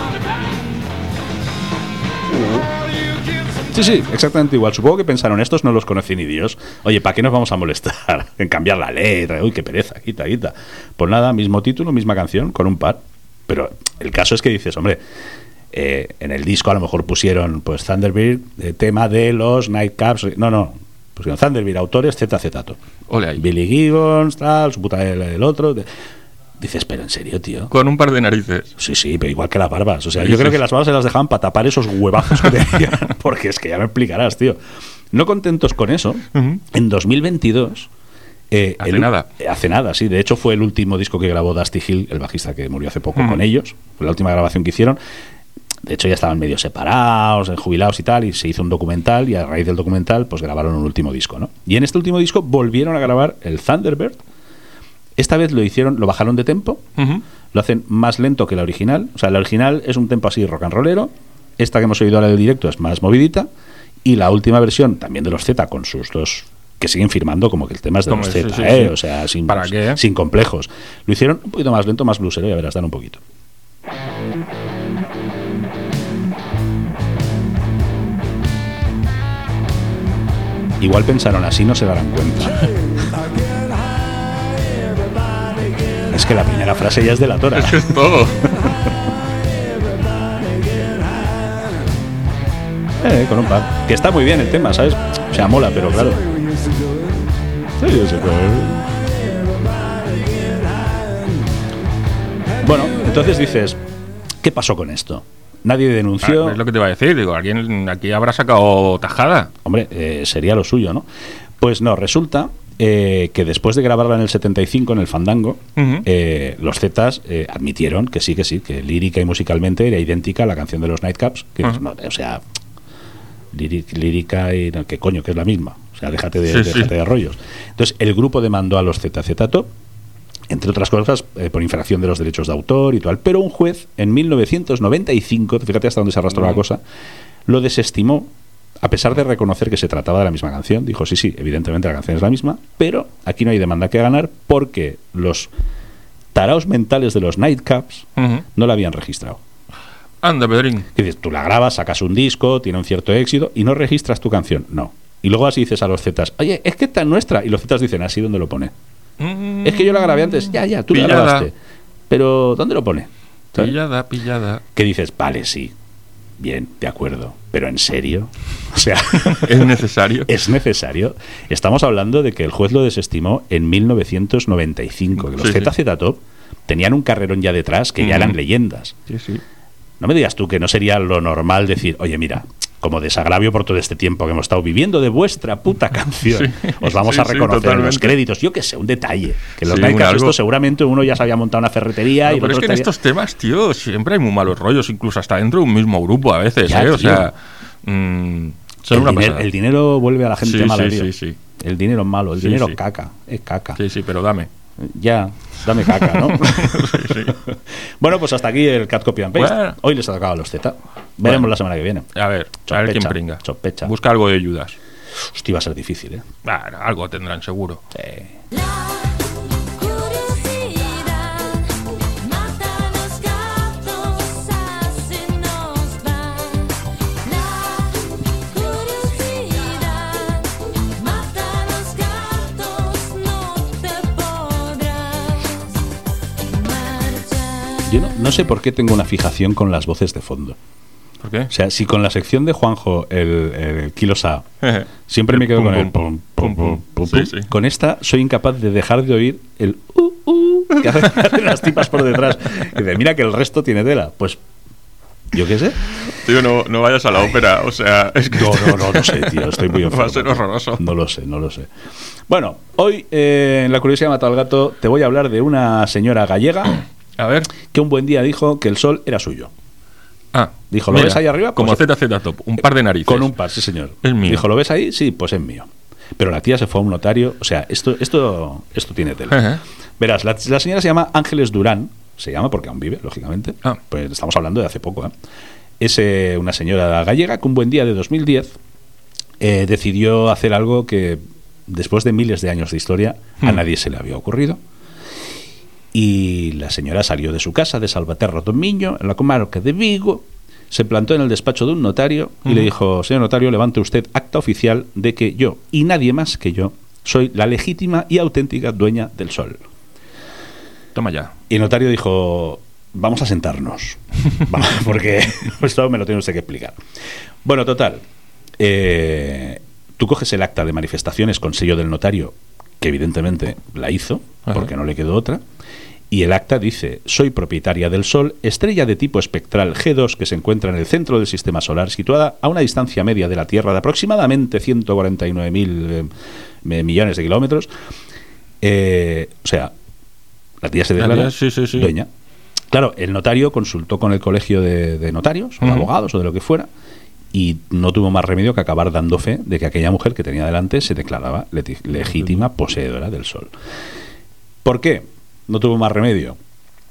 Speaker 1: Sí, sí, exactamente igual. Supongo que pensaron, estos no los conocí ni Dios. Oye, ¿para qué nos vamos a molestar en cambiar la letra? Uy, qué pereza, quita, quita. Pues nada, mismo título, misma canción, con un par. Pero el caso es que dices, hombre, eh, en el disco a lo mejor pusieron pues Thunderbird, eh, tema de los Nightcaps. eh, No, no, pusieron Thunderbird, autores, ZZ. Top.
Speaker 2: Ole ahí.
Speaker 1: Billy Gibbons, tal, su puta el, el otro. Dices, pero en serio, tío.
Speaker 2: Con un par de narices.
Speaker 1: Sí, sí, pero igual que las barbas. O sea,
Speaker 2: Sí,
Speaker 1: yo
Speaker 2: sí,
Speaker 1: creo que
Speaker 2: sí.
Speaker 1: las barbas se las dejaban para tapar esos huevazos que tenían. Porque es que ya me explicarás, tío. No contentos con eso,
Speaker 2: Ujú.
Speaker 1: en 2022. eh,
Speaker 2: Hace
Speaker 1: el-
Speaker 2: nada.
Speaker 1: eh, Hace nada, sí. De hecho, fue el último disco que grabó Dusty Hill, el bajista que murió hace poco
Speaker 2: Mm.
Speaker 1: con ellos. Fue la última grabación que hicieron. De hecho, ya estaban medio separados, eh, jubilados y tal, y se hizo un documental y a raíz del documental pues grabaron un último disco, ¿no? Y en este último disco volvieron a grabar el Thunderbird. Esta vez lo hicieron, lo bajaron de tempo,
Speaker 2: Ujú.
Speaker 1: lo hacen más lento que la original. O sea, la original es un tempo así rock and rollero. Esta que hemos oído ahora del directo es más movidita. Y la última versión también de los Z con sus dos que siguen firmando como que el tema es de
Speaker 2: Como
Speaker 1: los
Speaker 2: sí,
Speaker 1: Z,
Speaker 2: sí,
Speaker 1: ¿eh?
Speaker 2: sí.
Speaker 1: o sea, sin,
Speaker 2: ¿Para qué?
Speaker 1: sin complejos. Lo hicieron un poquito más lento, más bluesero, ya verás, dan un poquito. Igual pensaron así, no se darán cuenta. Es que la primera frase ya es delatora.
Speaker 2: Es que es todo.
Speaker 1: Eh, con un pub. Que está muy bien el tema, ¿sabes? O sea, mola, pero claro. Sí, yo sé, pero- Bueno, entonces dices, ¿qué pasó con esto? Nadie denunció.
Speaker 2: Ah, es lo que te iba a decir. Digo, alguien aquí habrá sacado tajada.
Speaker 1: Hombre, eh, sería lo suyo, ¿no? Pues no, resulta eh, que después de grabarla en el 75 en el Fandango,
Speaker 2: Ujú.
Speaker 1: eh, los Zetas eh, admitieron que sí, que sí, que lírica y musicalmente era idéntica a la canción de los Nightcaps. Que
Speaker 2: Ajá.
Speaker 1: no, o sea, líri- lírica y. no, ¿Qué coño? Que es la misma. O sea, déjate de,
Speaker 2: Sí, sí.
Speaker 1: déjate de rollos. Entonces, el grupo demandó a los ZZ Top entre otras cosas, eh, por infracción de los derechos de autor y tal. Pero un juez, en 1995, fíjate hasta dónde se arrastró la cosa, lo desestimó, a pesar de reconocer que se trataba de la misma canción. Dijo, sí, sí, evidentemente la canción es la misma, pero aquí no hay demanda que ganar porque los taraos mentales de los Nightcaps
Speaker 2: Ujú.
Speaker 1: no la habían registrado.
Speaker 2: Anda, Pedrín.
Speaker 1: Que dices, tú la grabas, sacas un disco, tiene un cierto éxito y no registras tu canción. No. Y luego así dices a los Zetas, oye, es que esta es nuestra. Y los Zetas dicen, así donde lo pone.
Speaker 2: Mm,
Speaker 1: Es que yo la grabé antes. Ya, ya, tú la
Speaker 2: Pillada.
Speaker 1: grabaste. Pero, ¿dónde lo pone? ¿Sabes?
Speaker 2: Pillada, pillada.
Speaker 1: Que dices, vale, sí. Bien, de acuerdo. Pero en serio. O sea,
Speaker 2: Es necesario.
Speaker 1: es necesario. Estamos hablando de que el juez lo desestimó en 1995. Que los
Speaker 2: Sí, sí.
Speaker 1: ZZ Top tenían un carrerón ya detrás que ya
Speaker 2: Ujú.
Speaker 1: eran leyendas.
Speaker 2: Sí, sí.
Speaker 1: No me digas tú que no sería lo normal decir, oye, mira, como desagravio por todo este tiempo que hemos estado viviendo de vuestra puta canción,
Speaker 2: Sí,
Speaker 1: os vamos
Speaker 2: sí,
Speaker 1: a
Speaker 2: sí,
Speaker 1: reconocer en los
Speaker 2: totalmente.
Speaker 1: créditos, yo que sé, un detalle. Que en los
Speaker 2: Sí,
Speaker 1: Nightcaps
Speaker 2: un algo.
Speaker 1: esto seguramente uno ya se había montado una ferretería
Speaker 2: No,
Speaker 1: y el
Speaker 2: pero es
Speaker 1: otro
Speaker 2: que en
Speaker 1: estaría-
Speaker 2: estos temas, tío, siempre hay muy malos rollos, incluso hasta dentro de un mismo grupo a veces,
Speaker 1: Ya,
Speaker 2: ¿eh? O
Speaker 1: tío.
Speaker 2: sea, mm, son
Speaker 1: el,
Speaker 2: una
Speaker 1: dinero,
Speaker 2: pasada.
Speaker 1: el dinero vuelve a la gente
Speaker 2: Sí,
Speaker 1: mala,
Speaker 2: sí,
Speaker 1: tío.
Speaker 2: sí, sí.
Speaker 1: El dinero es malo, el
Speaker 2: Sí,
Speaker 1: dinero
Speaker 2: sí.
Speaker 1: caca, es caca.
Speaker 2: Sí, sí, pero dame.
Speaker 1: Ya, dame caca, ¿no?
Speaker 2: Sí,
Speaker 1: bueno, pues hasta aquí el Cat Copy and Paste.
Speaker 2: Bueno.
Speaker 1: Hoy les ha tocado a los Z. Veremos
Speaker 2: Bueno.
Speaker 1: la semana que viene.
Speaker 2: A ver, a ver
Speaker 1: Sospecha,
Speaker 2: quién pringa.
Speaker 1: sospecha.
Speaker 2: Busca algo de ayudas.
Speaker 1: Hostia, va a ser difícil, ¿eh?
Speaker 2: Bueno, algo tendrán seguro.
Speaker 7: La curiosidad mata a los gatos, así nos va. La curiosidad mata a los gatos, no te podrás marchar.
Speaker 1: Yo no, no sé por qué tengo una fijación con las voces de fondo.
Speaker 2: ¿Por qué?
Speaker 1: O sea, si con la sección de Juanjo, el, el Kilo Sa, siempre me quedo
Speaker 2: Pum,
Speaker 1: con el
Speaker 2: pum,
Speaker 1: pum, pum, pum, pum,
Speaker 2: Sí,
Speaker 1: pum,
Speaker 2: sí.
Speaker 1: Con esta soy incapaz de dejar de oír el uh, uh, que hacen que hacen las tipas por detrás. Que dice, mira que el resto tiene tela. Pues, yo qué sé.
Speaker 2: Tío, no, no vayas a la ópera, o sea, es que...
Speaker 1: No, no, no, no sé, tío. Estoy muy enfermo.
Speaker 2: Va a ser horroroso.
Speaker 1: No lo sé, no lo sé. Bueno, hoy eh, en La Curiosidad Mata al Gato te voy a hablar de una señora gallega
Speaker 2: A ver.
Speaker 1: que un buen día dijo que el sol era suyo.
Speaker 2: Ah,
Speaker 1: Dijo, ¿lo ves ahí arriba?
Speaker 2: Como
Speaker 1: Pues-
Speaker 2: ZZ Top, un par de narices.
Speaker 1: Con un par, sí, señor.
Speaker 2: Es mío.
Speaker 1: Dijo, ¿lo ves ahí? Sí, pues es mío. Pero la tía se fue a un notario. O sea, esto, esto, esto tiene tela.
Speaker 2: Ajá.
Speaker 1: Verás, la, la señora se llama Ángeles Durán. Se llama porque aún vive, lógicamente.
Speaker 2: Ah.
Speaker 1: Pues estamos hablando de hace poco. ¿eh? Es eh, una señora gallega que un buen día de 2010 eh, decidió hacer algo que después de miles de años de historia a
Speaker 2: Hmm.
Speaker 1: nadie se le había ocurrido. Y la señora salió de su casa de Salvaterra Dominio, en la comarca de Vigo, se plantó en el despacho de un notario y
Speaker 2: Hmm.
Speaker 1: le dijo, señor notario, levante usted acta oficial de que yo y nadie más que yo soy la legítima y auténtica dueña del sol.
Speaker 2: Toma ya.
Speaker 1: Y el notario dijo, vamos a sentarnos, Va, porque esto me lo tiene usted que explicar. Bueno, total, eh, tú coges el acta de manifestaciones con sello del notario, que evidentemente la hizo,
Speaker 2: Ajá.
Speaker 1: porque no le quedó otra, y el acta dice, soy propietaria del Sol, estrella de tipo espectral G2 que se encuentra en el centro del Sistema Solar, situada a una distancia media de la Tierra de aproximadamente 149.000 eh, millones de kilómetros. Eh, o sea, la tía se
Speaker 2: La
Speaker 1: declara
Speaker 2: tía, sí, sí, sí.
Speaker 1: dueña. Claro, el notario consultó con el colegio de, de notarios, o de
Speaker 2: Ujú.
Speaker 1: abogados o de lo que fuera, y no tuvo más remedio que acabar dando fe de que aquella mujer que tenía delante se declaraba leti- legítima poseedora del sol. ¿Por qué? No tuvo más remedio.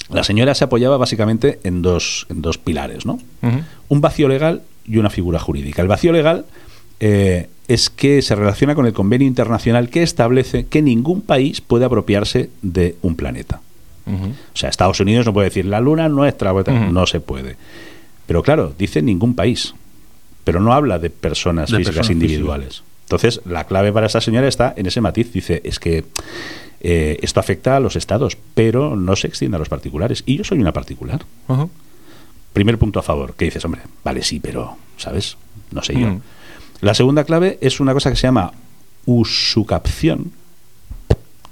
Speaker 1: La señora se apoyaba básicamente en dos, en dos pilares, ¿no?
Speaker 2: Ujú.
Speaker 1: un vacío legal y una figura jurídica. El vacío legal eh, es que se relaciona con el convenio internacional que establece que ningún país puede apropiarse de un planeta.
Speaker 2: Ujú.
Speaker 1: O sea, Estados Unidos no puede decir la luna es nuestra, pues,
Speaker 2: Ujú.
Speaker 1: no se puede. Pero claro, dice ningún país, pero no habla de personas
Speaker 2: De
Speaker 1: físicas
Speaker 2: personas
Speaker 1: individuales. Entonces, la clave para esta señora está en ese matiz. Dice, es que eh, esto afecta a los estados, pero no se extiende a los particulares. Y yo soy una particular.
Speaker 2: Ujú.
Speaker 1: Primer punto a favor, que dices, hombre, vale, sí, pero, ¿sabes? No sé yo.
Speaker 2: Mm.
Speaker 1: La segunda clave es una cosa que se llama usucapción,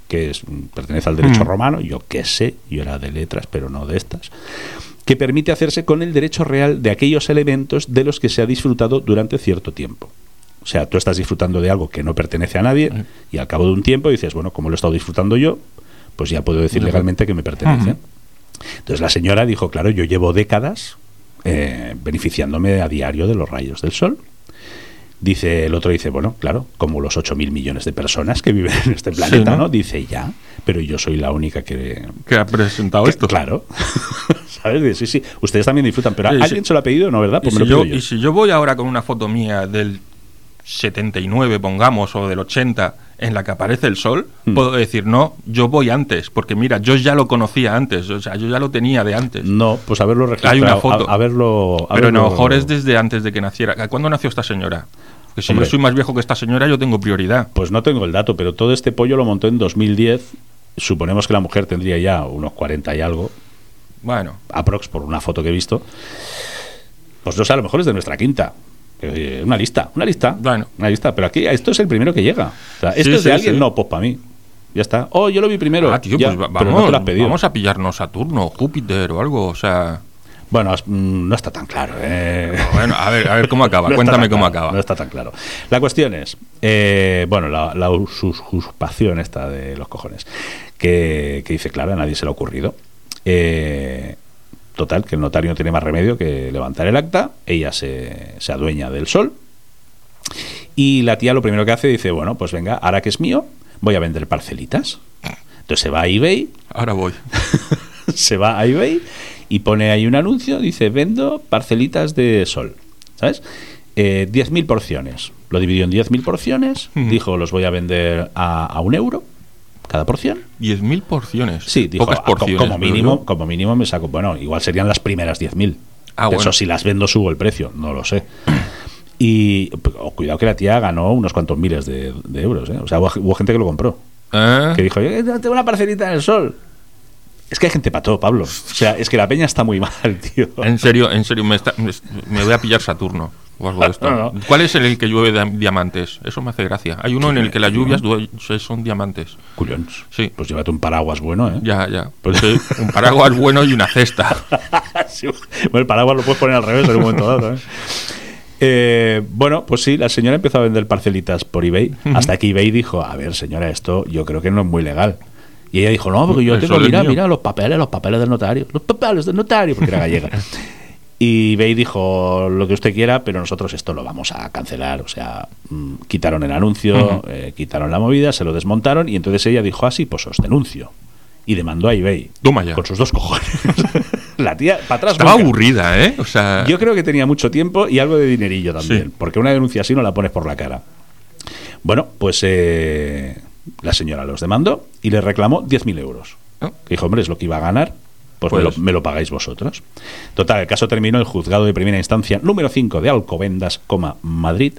Speaker 1: que es, pertenece al derecho
Speaker 2: Mm.
Speaker 1: romano, yo qué sé, yo era de letras, pero no de estas, que permite hacerse con el derecho real de aquellos elementos de los que se ha disfrutado durante cierto tiempo. O sea, tú estás disfrutando de algo que no pertenece a nadie
Speaker 2: Mm.
Speaker 1: y al cabo de un tiempo dices, bueno, como lo he estado disfrutando yo, pues ya puedo decir
Speaker 2: Ya.
Speaker 1: legalmente que me pertenece.
Speaker 2: Ujú.
Speaker 1: Entonces la señora dijo, claro, yo llevo décadas eh, beneficiándome a diario de los rayos del sol. Dice, el otro dice, bueno, claro, como los 8.000 millones de personas que viven en este planeta,
Speaker 2: ¿no?
Speaker 1: ¿no? Dice, ya, pero yo soy la única que...
Speaker 2: Que ha presentado
Speaker 1: que-
Speaker 2: esto.
Speaker 1: Claro. ¿Sabes? Dice, Sí, sí, ustedes también disfrutan, pero
Speaker 2: Sí, sí.
Speaker 1: ¿alguien se lo ha pedido? No, ¿verdad?
Speaker 2: Y
Speaker 1: Pues
Speaker 2: si,
Speaker 1: me lo
Speaker 2: yo,
Speaker 1: pido yo.
Speaker 2: y si yo voy ahora con una foto mía del 79, pongamos, o del 80, en la que aparece el sol,
Speaker 1: Hmm.
Speaker 2: puedo decir, no, yo voy antes, porque mira, yo ya lo conocía antes, o sea, yo ya lo tenía de antes.
Speaker 1: No, pues haberlo registrado.
Speaker 2: Hay una foto.
Speaker 1: a- haberlo,
Speaker 2: Pero a lo
Speaker 1: haberlo-
Speaker 2: mejor es desde antes de que naciera. ¿Cuándo nació esta señora? Que si
Speaker 1: Hombre.
Speaker 2: yo soy más viejo que esta señora, yo tengo prioridad.
Speaker 1: Pues no tengo el dato, pero todo este pollo lo montó en 2010. Suponemos que la mujer tendría ya unos 40 y algo,
Speaker 2: Bueno,
Speaker 1: aprox por una foto que he visto. Pues no sé, a lo mejor es de nuestra quinta. Eh, Una lista, una lista.
Speaker 2: Bueno.
Speaker 1: Una lista, pero aquí esto es el primero que llega. O sea,
Speaker 2: Sí,
Speaker 1: esto es de
Speaker 2: sí,
Speaker 1: alguien,
Speaker 2: sí.
Speaker 1: no, pues para mí. Ya está. Oh, yo lo vi primero.
Speaker 2: ah, tío,
Speaker 1: Ya,
Speaker 2: pues va-
Speaker 1: pero no
Speaker 2: vamos,
Speaker 1: te lo has pedido.
Speaker 2: vamos a pillarnos Saturno, Júpiter o algo, o sea...
Speaker 1: Bueno, es- mm, no está tan claro. eh.
Speaker 2: Bueno, a ver, a ver cómo acaba,
Speaker 1: No está
Speaker 2: cuéntame
Speaker 1: tan
Speaker 2: cómo
Speaker 1: claro,
Speaker 2: acaba.
Speaker 1: No está tan claro. La cuestión es, eh, bueno, la, la us- usurpación esta de los cojones, que, que dice, claro, a nadie se le ha ocurrido. Eh, total, que el notario no tiene más remedio que levantar el acta, ella se, se adueña del sol, y la tía lo primero que hace dice, bueno, pues venga, ahora que es mío, voy a vender parcelitas. Entonces se va a eBay,
Speaker 2: Ahora voy.
Speaker 1: se va a eBay y pone ahí un anuncio, dice, vendo parcelitas de sol, ¿sabes? Eh, 10.000 porciones. Lo dividió en 10.000 porciones,
Speaker 2: Ujú.
Speaker 1: dijo, los voy a vender a, a un euro cada porción.
Speaker 2: 10.000 porciones.
Speaker 1: Sí, dijo,
Speaker 2: Pocas
Speaker 1: "Ah, co-
Speaker 2: porciones.
Speaker 1: como
Speaker 2: pero
Speaker 1: mínimo,
Speaker 2: yo-
Speaker 1: como mínimo me saco, bueno, igual serían las primeras 10.000.
Speaker 2: Ah,
Speaker 1: Eso
Speaker 2: bueno.
Speaker 1: si las vendo subo el precio, no lo sé. Y o cuidado que la tía ganó unos cuantos miles de, de euros, ¿eh? O sea, hubo- hubo gente que lo compró
Speaker 2: ¿Eh?
Speaker 1: que dijo, "Eh, tengo una parcelita en el sol. Es que hay gente para todo, Pablo. O sea, es que la peña está muy mal, tío.
Speaker 2: En serio, en serio, me, está- me es- me voy a pillar Saturno. O algo de esto.
Speaker 1: No, no.
Speaker 2: ¿Cuál es el que llueve de diamantes? Eso me hace gracia. Hay uno en el que las lluvias due- son diamantes.
Speaker 1: Culions.
Speaker 2: Sí.
Speaker 1: Pues llévate un paraguas bueno, ¿eh?
Speaker 2: Ya, ya.
Speaker 1: Pues-
Speaker 2: Sí, un paraguas bueno y una cesta.
Speaker 1: Sí, bueno, el paraguas lo puedes poner al revés en un momento dado. ¿eh? Eh, bueno, pues sí, la señora empezó a vender parcelitas por eBay. Hasta que eBay dijo, a ver, señora, esto yo creo que no es muy legal. Y ella dijo, no, porque yo
Speaker 2: El
Speaker 1: tengo,
Speaker 2: sol es
Speaker 1: mira,
Speaker 2: mío.
Speaker 1: mira, los papeles, los papeles del notario. Los papeles del notario, porque era gallega. Y eBay dijo lo que usted quiera, pero nosotros esto lo vamos a cancelar. O sea, mm, quitaron el anuncio,
Speaker 2: Ujú.
Speaker 1: eh, quitaron la movida, se lo desmontaron y entonces ella dijo así, pues os denuncio. Y demandó a eBay.
Speaker 2: Toma ya.
Speaker 1: Con sus dos cojones. la tía, para atrás.
Speaker 2: Estaba
Speaker 1: nunca.
Speaker 2: aburrida, ¿eh? O sea,
Speaker 1: Yo creo que tenía mucho tiempo y algo de dinerillo también,
Speaker 2: Sí.
Speaker 1: porque una denuncia así no la pones por la cara. Bueno, pues eh, la señora los demandó y le reclamó 10.000 euros.
Speaker 2: ¿no?
Speaker 1: Que dijo, hombre, es lo que iba a ganar, pues, me,
Speaker 2: Pues.
Speaker 1: lo, me lo pagáis vosotros. Total, el caso terminó en el juzgado de primera instancia número 5 de Alcobendas, coma, Madrid,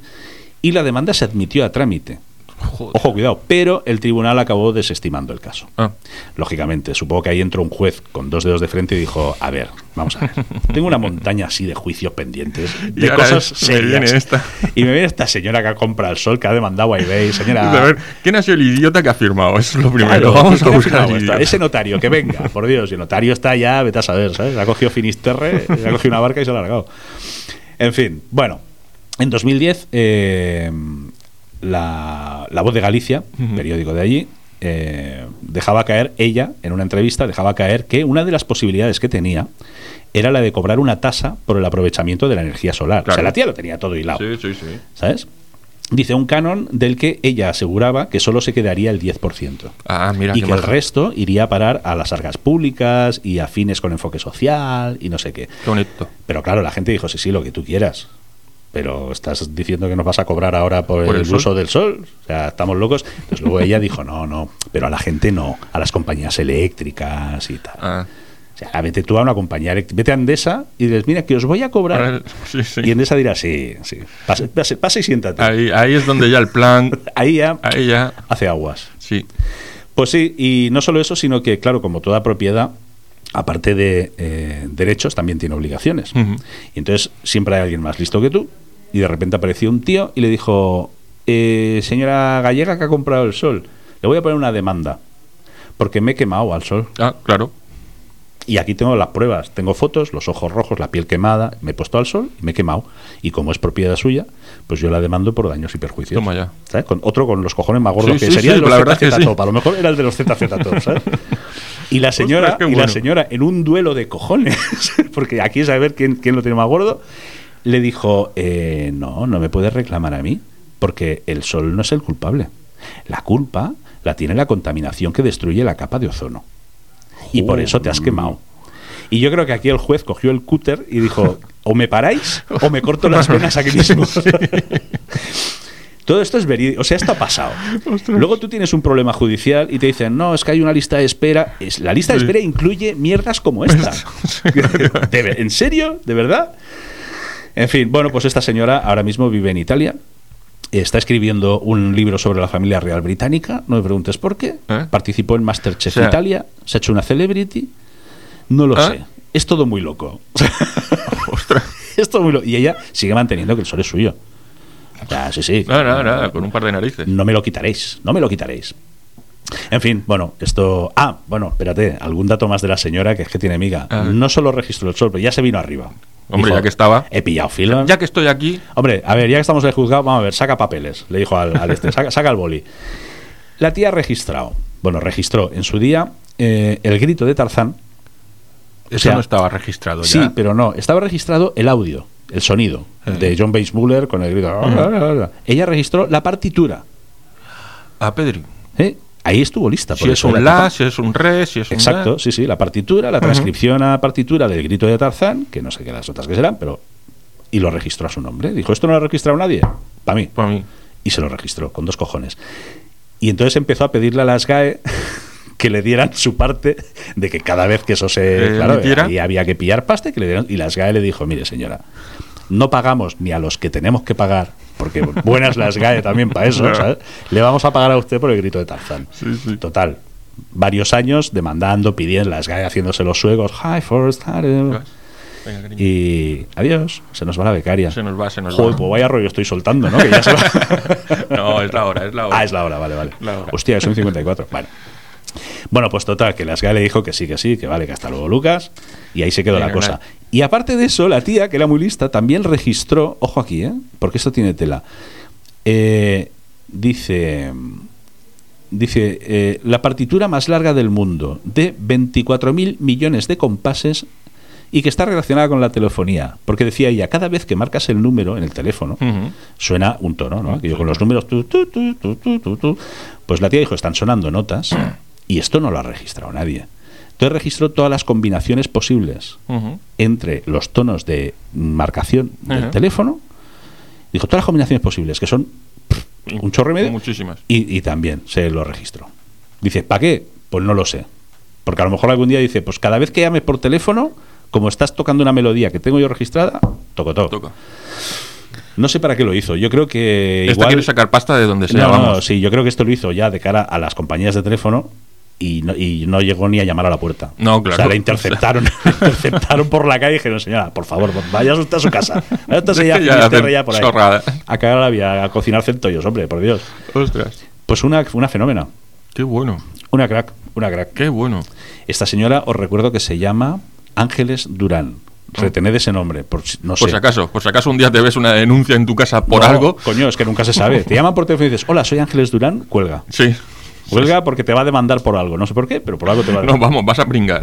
Speaker 1: y la demanda se admitió a trámite.
Speaker 2: Joder.
Speaker 1: Ojo, cuidado, pero el tribunal acabó desestimando el caso.
Speaker 2: Ah,
Speaker 1: Lógicamente, supongo que ahí entró un juez con dos dedos de frente y dijo, a ver, vamos a ver, tengo una montaña así de juicios pendientes,
Speaker 2: Y
Speaker 1: de
Speaker 2: ahora
Speaker 1: cosas
Speaker 2: es- me viene
Speaker 1: serias.
Speaker 2: esta.
Speaker 1: Y me viene esta señora que ha comprado el sol, que ha demandado a eBay, señora...
Speaker 2: A ver, ¿quién ha sido el idiota que ha firmado? Eso es lo primero.
Speaker 1: claro,
Speaker 2: Vamos a
Speaker 1: ¿quién ha
Speaker 2: buscar
Speaker 1: firmado
Speaker 2: al
Speaker 1: esto?
Speaker 2: idiota.
Speaker 1: Ese notario, que venga, por Dios, y el notario está ya, vete a saber, ¿sabes? Ha cogido Finisterre, ha cogido una barca y se ha largado. En fin, bueno, en 2010 eh, la, La Voz de Galicia,
Speaker 2: Ujú.
Speaker 1: periódico de allí, eh, dejaba caer, ella, en una entrevista, dejaba caer que una de las posibilidades que tenía era la de cobrar una tasa por el aprovechamiento de la energía solar. O
Speaker 2: Claro.
Speaker 1: sea, la tía lo tenía todo hilado.
Speaker 2: Sí, sí, sí.
Speaker 1: ¿Sabes? Dice un canon del que ella aseguraba que solo se quedaría el 10%.
Speaker 2: Ah, mira,
Speaker 1: y
Speaker 2: qué
Speaker 1: que el
Speaker 2: maja.
Speaker 1: resto iría a parar a las arcas públicas y a fines con enfoque social y no sé qué.
Speaker 2: Qué bonito.
Speaker 1: Pero claro, la gente dijo, sí, sí, lo que tú quieras. Pero estás diciendo que nos vas a cobrar ahora por,
Speaker 2: ¿Por
Speaker 1: el,
Speaker 2: el sol?
Speaker 1: uso del sol. O sea, estamos locos. Entonces luego ella dijo, no, no, pero a la gente no, a las compañías eléctricas y tal.
Speaker 2: Ah,
Speaker 1: O sea, vete tú a una compañía eléctrica, vete a Endesa y dices, mira, que os voy a cobrar.
Speaker 2: ahora el- sí, sí.
Speaker 1: Y Endesa dirá, sí, sí, pase, pase, pase y siéntate. Ahí,
Speaker 2: Ahí, ahí es donde ya el plan,
Speaker 1: ya
Speaker 2: ahí ya,
Speaker 1: hace aguas.
Speaker 2: sí.
Speaker 1: Pues sí, y no solo eso, sino que, claro, como toda propiedad, aparte de eh, derechos, también tiene obligaciones.
Speaker 2: Ujú.
Speaker 1: Y entonces siempre hay alguien más listo que tú, y de repente apareció un tío y le dijo, "Eh, señora gallega que ha comprado el sol, le voy a poner una demanda, porque me he quemado al sol.
Speaker 2: Ah, claro.
Speaker 1: Y aquí tengo las pruebas, tengo fotos, los ojos rojos, la piel quemada, me he puesto al sol y me he quemado. Y como es propiedad suya, pues yo la demando por daños y perjuicios.
Speaker 2: Toma ya.
Speaker 1: ¿Sabes? Con otro con los cojones más gordos
Speaker 2: Sí,
Speaker 1: que
Speaker 2: sí,
Speaker 1: sería
Speaker 2: sí,
Speaker 1: de los
Speaker 2: la verdad
Speaker 1: ZZ
Speaker 2: que sí.
Speaker 1: Top. A lo mejor era el de los ZZ Top, ¿sabes? Y la señora,
Speaker 2: Ostras, qué
Speaker 1: y la
Speaker 2: bueno.
Speaker 1: señora en un duelo de cojones, porque aquí es a ver quién, quién lo tiene más gordo, le dijo, eh, no, no me puedes reclamar a mí, porque el sol no es el culpable. La culpa la tiene la contaminación que destruye la capa de ozono y por eso te has quemado. Y yo creo que aquí el juez cogió el cúter y dijo, o me paráis o me corto las venas aquí mismo. Todo esto es verídico, o sea, esto ha pasado. Luego tú tienes un problema judicial y te dicen, no, es que hay una lista de espera. Es, la lista de
Speaker 2: Sí. Pues,
Speaker 1: espera incluye mierdas como esta. ¿De ver- ¿En serio? ¿De verdad? En fin, bueno, pues esta señora ahora mismo vive en Italia. Está escribiendo un libro sobre la familia real británica, no me preguntes por qué.
Speaker 2: ¿Eh?
Speaker 1: Participó en Masterchef
Speaker 2: O sea-
Speaker 1: Italia, se ha hecho una celebrity. No lo
Speaker 2: ¿Ah?
Speaker 1: sé. Es todo muy loco.
Speaker 2: Ostras.
Speaker 1: es todo muy loco. Y ella sigue manteniendo que el sol es suyo. O sea, sí, sí.
Speaker 2: Nada, nada, nada, con un par de narices.
Speaker 1: No me lo quitaréis, no me lo quitaréis. En fin, bueno, esto. Ah, bueno, espérate, algún dato más de la señora que es que tiene amiga.
Speaker 2: A ver.
Speaker 1: No solo registró el sol, pero ya se vino arriba.
Speaker 2: Ah. Hombre, ya que estaba.
Speaker 1: He pillado filo.
Speaker 2: Ya que estoy aquí,
Speaker 1: Hombre, a ver, ya que estamos en el juzgado, vamos a ver, saca papeles, le dijo al, al este, saca, saca el boli. La tía ha registrado, bueno, registró en su día eh, el grito de Tarzán.
Speaker 2: eso
Speaker 1: sea,
Speaker 2: no estaba registrado
Speaker 1: Sí,
Speaker 2: ya.
Speaker 1: pero no, estaba registrado el audio, el sonido
Speaker 2: Eh.
Speaker 1: de John Weissmuller con el grito. Ella registró la partitura.
Speaker 2: Ah, Pedri.
Speaker 1: ¿eh? Ahí estuvo lista. por
Speaker 2: Si es
Speaker 1: eso
Speaker 2: un
Speaker 1: era
Speaker 2: la,
Speaker 1: capaz.
Speaker 2: si es un re, si es un
Speaker 1: Exacto,
Speaker 2: la.
Speaker 1: sí, sí, la partitura, la transcripción a partitura del grito de Tarzán, que no sé qué las otras que serán, pero. Y lo registró a su nombre. Dijo, esto no lo ha registrado nadie. Para mí.
Speaker 2: Para mí.
Speaker 1: y se lo registró con dos cojones. Y entonces empezó a pedirle a las GAE que le dieran su parte de que cada vez que eso se...
Speaker 2: Eh,
Speaker 1: claro,
Speaker 2: emitiera.
Speaker 1: ahí había que pillar pasta y que le dieran... Y las GAE le dijo, mire señora, no pagamos ni a los que tenemos que pagar, porque buenas las GAE también para eso,
Speaker 2: Claro.
Speaker 1: ¿sabes? Le vamos a pagar a usted por el grito de Tarzán.
Speaker 2: Sí, sí.
Speaker 1: Total. Varios años demandando, pidiendo las GAE, haciéndose los suegos. Hi, Forrest. hi.
Speaker 2: Venga, cariño.
Speaker 1: Y adiós, se nos va la becaria.
Speaker 2: Se nos va, se nos
Speaker 1: Joder,
Speaker 2: va.
Speaker 1: pues vaya rollo estoy soltando, ¿no? Que ya se va.
Speaker 2: No, es la hora, es la hora.
Speaker 1: Ah, es la hora, vale, vale.
Speaker 2: La hora.
Speaker 1: Hostia, son 54. Vale. Bueno, pues total, que las GAE le dijo que sí, que sí, que vale, que hasta luego, Lucas. Y ahí se quedó la
Speaker 2: Venga,
Speaker 1: cosa.
Speaker 2: nada.
Speaker 1: Y aparte de eso, la tía, que era muy lista, también registró, ojo aquí, ¿eh? porque esto tiene tela. Eh, dice, dice eh, la partitura más larga del mundo, de 24.000 millones de compases y que está relacionada con la telefonía. Porque decía ella, cada vez que marcas el número en el teléfono,
Speaker 2: Ujú.
Speaker 1: suena un tono,
Speaker 2: Ah,
Speaker 1: ¿no? Aquello con los números. tu, tu, tu, tu, tu, tu, tu. Pues la tía dijo, están sonando notas y esto no lo ha registrado nadie. Entonces registró todas las combinaciones posibles
Speaker 2: Ujú.
Speaker 1: entre los tonos de marcación del
Speaker 2: Ajá.
Speaker 1: teléfono. Dijo todas las combinaciones posibles, que son pff, un chorro y medio.
Speaker 2: Muchísimas.
Speaker 1: Y, y también se lo registró. Dice, ¿para qué? Pues no lo sé. Porque a lo mejor algún día dice, pues cada vez que llames por teléfono, como estás tocando una melodía que tengo yo registrada, toco toco.
Speaker 2: Toca.
Speaker 1: No sé para qué lo hizo. Yo creo que
Speaker 2: Esta
Speaker 1: igual.
Speaker 2: quiere sacar pasta de donde sea,
Speaker 1: no, no,
Speaker 2: vamos.
Speaker 1: sí, yo creo que esto lo hizo ya de cara a las compañías de teléfono y no, y no llegó ni a llamar a la puerta.
Speaker 2: No,
Speaker 1: O
Speaker 2: claro.
Speaker 1: sea, la interceptaron, la interceptaron por la calle y dijeron, señora, por favor, vaya usted a su casa. Vaya usted
Speaker 2: Es
Speaker 1: allá
Speaker 2: que
Speaker 1: a
Speaker 2: ya
Speaker 1: Finisterre,
Speaker 2: hacen
Speaker 1: ya por ahí.
Speaker 2: chorrada. ¿eh?
Speaker 1: A cagar la vía, a cocinar centollos, hombre, por Dios.
Speaker 2: Ostras.
Speaker 1: Pues una, una fenómena.
Speaker 2: Qué bueno.
Speaker 1: Una crack, una crack.
Speaker 2: Qué bueno.
Speaker 1: Esta señora os recuerdo que se llama Ángeles Durán. Retened ese nombre, por si, no
Speaker 2: Oh.
Speaker 1: sé.
Speaker 2: Por si acaso, por si acaso un día te ves una denuncia en tu casa por
Speaker 1: No,
Speaker 2: algo.
Speaker 1: Coño, es que nunca se sabe. Te llaman por teléfono y dices, hola, soy Ángeles Durán, cuelga.
Speaker 2: Sí.
Speaker 1: Huelga porque te va a demandar por algo. No sé por qué, pero por algo te va a
Speaker 2: No,
Speaker 1: demandar.
Speaker 2: vamos, vas a pringar.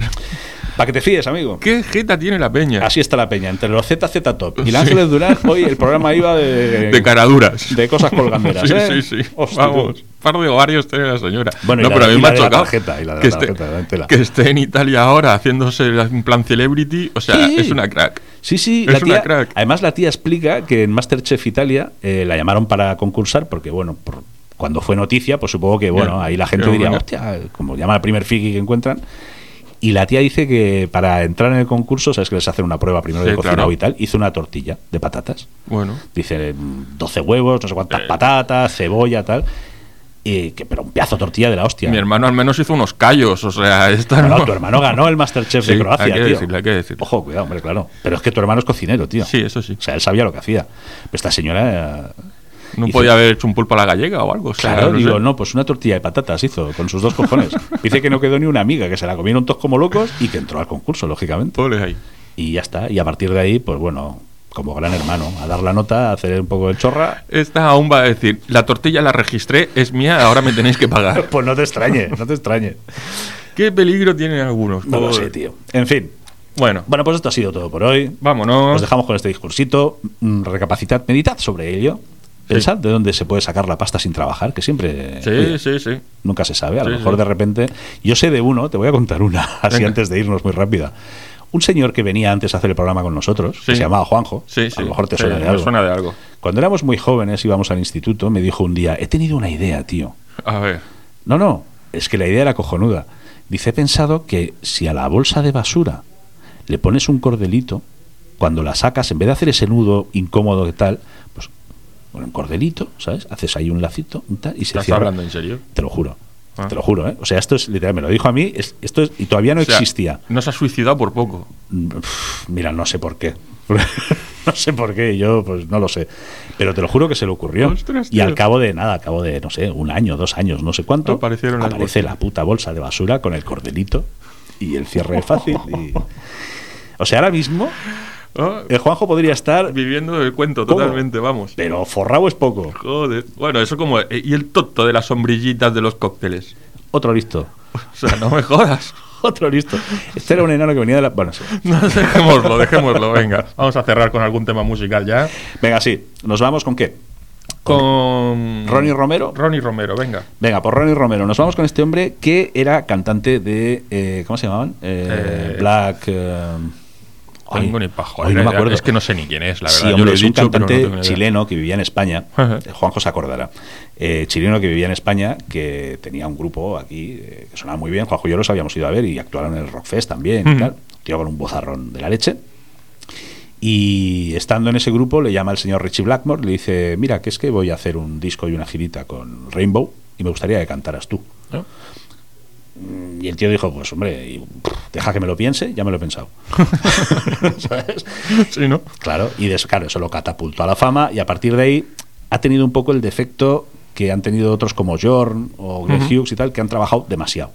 Speaker 1: Para que te fíes, amigo.
Speaker 2: ¿Qué jeta tiene la peña?
Speaker 1: Así está la peña. Entre los ZZ Top y el
Speaker 2: Sí.
Speaker 1: Ángeles Durán, hoy el programa iba de,
Speaker 2: de caraduras.
Speaker 1: de cosas colganderas.
Speaker 2: Sí,
Speaker 1: ¿eh?
Speaker 2: sí, sí.
Speaker 1: Hostia,
Speaker 2: Vamos, par de ovarios tiene la señora.
Speaker 1: Bueno, y
Speaker 2: no,
Speaker 1: la-
Speaker 2: pero a
Speaker 1: y
Speaker 2: mí
Speaker 1: la
Speaker 2: me ha
Speaker 1: de la
Speaker 2: chocado
Speaker 1: tarjeta, y la de
Speaker 2: que,
Speaker 1: la
Speaker 2: esté,
Speaker 1: tarjeta, la tela.
Speaker 2: que esté en Italia ahora haciéndose la- un plan celebrity. O sea,
Speaker 1: Sí.
Speaker 2: es una crack.
Speaker 1: Sí, sí,
Speaker 2: Es
Speaker 1: la
Speaker 2: una
Speaker 1: tía-
Speaker 2: crack.
Speaker 1: además la tía explica que en Masterchef Italia eh, la llamaron para concursar porque, bueno, por- cuando fue noticia, pues supongo que, bueno,
Speaker 2: Ya,
Speaker 1: ahí la gente
Speaker 2: pero
Speaker 1: diría,
Speaker 2: venga.
Speaker 1: hostia, como llama al primer fiki que encuentran. Y la tía dice que para entrar en el concurso, sabes que les hacen una prueba primero
Speaker 2: Sí,
Speaker 1: de cocinado
Speaker 2: claro.
Speaker 1: y tal, hizo una tortilla de patatas.
Speaker 2: Bueno,
Speaker 1: Dice mm, 12 huevos, no sé cuántas
Speaker 2: Eh.
Speaker 1: patatas, cebolla, tal. Y que, pero un pedazo de tortilla de la hostia.
Speaker 2: mi hermano al menos hizo unos callos. O sea, esta
Speaker 1: No, no,
Speaker 2: no-
Speaker 1: tu hermano ganó el Masterchef
Speaker 2: Sí,
Speaker 1: de Croacia,
Speaker 2: hay que
Speaker 1: tío.
Speaker 2: decirlo, hay que decirlo.
Speaker 1: Ojo, cuidado, hombre, claro. Pero es que tu hermano es cocinero, tío.
Speaker 2: Sí, eso sí.
Speaker 1: O sea, él sabía lo que hacía. Pero esta señora. eh,
Speaker 2: No
Speaker 1: hizo-
Speaker 2: podía haber hecho un pulpo a la gallega o algo. o sea,
Speaker 1: Claro,
Speaker 2: no sé.
Speaker 1: digo, no, pues una tortilla de patatas hizo con sus dos cojones. Dice que no quedó ni una amiga, que se la comieron todos como locos y que entró al concurso, lógicamente.
Speaker 2: Pobres ahí.
Speaker 1: Y ya está. Y a partir de ahí, pues bueno, como gran hermano, a dar la nota, a hacer un poco de chorra.
Speaker 2: Esta aún va a decir, la tortilla la registré, es mía, ahora me tenéis que pagar.
Speaker 1: Pues no te extrañe, no te extrañe.
Speaker 2: ¿Qué peligro tienen algunos?
Speaker 1: No lo
Speaker 2: Pobre.
Speaker 1: sé, tío. En fin.
Speaker 2: Bueno,
Speaker 1: Bueno, pues esto ha sido todo por hoy. Os
Speaker 2: vámonos.
Speaker 1: dejamos con este discursito. Mm, Recapacitad, meditad sobre ello. Pensad de dónde se puede sacar la pasta sin trabajar, que siempre
Speaker 2: Sí,
Speaker 1: oye,
Speaker 2: sí, sí.
Speaker 1: nunca se sabe. A
Speaker 2: Sí,
Speaker 1: lo mejor
Speaker 2: sí.
Speaker 1: de repente. Yo sé de uno, te voy a contar una, así
Speaker 2: Venga.
Speaker 1: antes de irnos muy rápida. Un señor que venía antes a hacer el programa con nosotros, que
Speaker 2: Sí.
Speaker 1: se llamaba Juanjo.
Speaker 2: Sí, sí.
Speaker 1: A lo mejor te
Speaker 2: Sí,
Speaker 1: suena de
Speaker 2: me
Speaker 1: algo.
Speaker 2: suena de algo.
Speaker 1: Cuando éramos muy jóvenes, íbamos al instituto, me dijo un día: He tenido una idea, tío.
Speaker 2: A ver.
Speaker 1: No, no, es que la idea era cojonuda. Dice, he pensado que si a la bolsa de basura le pones un cordelito, cuando la sacas, en vez de hacer ese nudo incómodo que tal, pues con un cordelito, ¿sabes? Haces ahí un lacito un tal, y se
Speaker 2: ¿Estás
Speaker 1: cierra.
Speaker 2: hablando en serio?
Speaker 1: Te lo juro.
Speaker 2: Ah.
Speaker 1: Te lo juro, ¿eh? O sea, esto es literal, me lo dijo a mí, es- esto es- y todavía no
Speaker 2: O sea,
Speaker 1: existía.
Speaker 2: No se ha suicidado por poco.
Speaker 1: Pff, Mira, no sé por qué. no sé por qué, yo pues no lo sé. Pero te lo juro que se le ocurrió.
Speaker 2: Ostras,
Speaker 1: y al
Speaker 2: tío.
Speaker 1: cabo de nada, al cabo de, no sé, un año, dos años, no sé cuánto,
Speaker 2: Aparecieron las
Speaker 1: aparece
Speaker 2: bolsas.
Speaker 1: la puta bolsa de basura con el cordelito y el cierre fácil. y- O sea, ahora mismo
Speaker 2: Ah,
Speaker 1: el Juanjo podría estar,
Speaker 2: Viviendo el cuento
Speaker 1: Eh, ¿Cómo? Eh.
Speaker 2: totalmente, vamos.
Speaker 1: pero forrado es poco.
Speaker 2: Joder. Bueno, eso como... eh, Y el toto de las sombrillitas de los cócteles.
Speaker 1: Otro listo.
Speaker 2: O sea, no me jodas.
Speaker 1: Otro listo. Este era un enano que venía de la... Bueno, sí.
Speaker 2: No, dejémoslo, dejémoslo, venga. Vamos a cerrar con algún tema musical ya.
Speaker 1: Venga, sí. ¿Nos vamos con qué?
Speaker 2: Con...
Speaker 1: ¿Ronnie Romero?
Speaker 2: Ronnie Romero, venga.
Speaker 1: Venga, por Ronnie Romero. Nos vamos con este hombre que era cantante de. eh, ¿Cómo se llamaban? Eh,
Speaker 2: Eh,
Speaker 1: Black. eh,
Speaker 2: No
Speaker 1: ay,
Speaker 2: tengo ni pajo.
Speaker 1: ay, no me acuerdo.
Speaker 2: Es que no sé ni quién es, la verdad.
Speaker 1: Sí,
Speaker 2: Yo
Speaker 1: hombre,
Speaker 2: lo he
Speaker 1: es
Speaker 2: dicho,
Speaker 1: un cantante
Speaker 2: pero no tengo ni idea.
Speaker 1: chileno que vivía en España.
Speaker 2: Ajá.
Speaker 1: Eh, Juanjo se acordará. Eh, chileno que vivía en España, que tenía un grupo aquí eh, que sonaba muy bien. Juanjo y yo los habíamos ido a ver y actuaron en el Rockfest también. y
Speaker 2: Ujú.
Speaker 1: tal. Tío con un bozarrón de la leche. Y estando en ese grupo le llama el señor Richie Blackmore, le dice, mira, que es que voy a hacer un disco y una girita con Rainbow y me gustaría que cantaras tú.
Speaker 2: ¿No?
Speaker 1: Y el tío dijo, pues hombre, y, pff, deja que me lo piense, ya me lo he pensado. ¿Sabes?
Speaker 2: Sí, ¿no?
Speaker 1: Claro, y des- claro, eso lo catapultó a la fama y a partir de ahí ha tenido un poco el defecto que han tenido otros como Jorn o Greg
Speaker 2: Ujú.
Speaker 1: Hughes y tal, que han trabajado demasiado.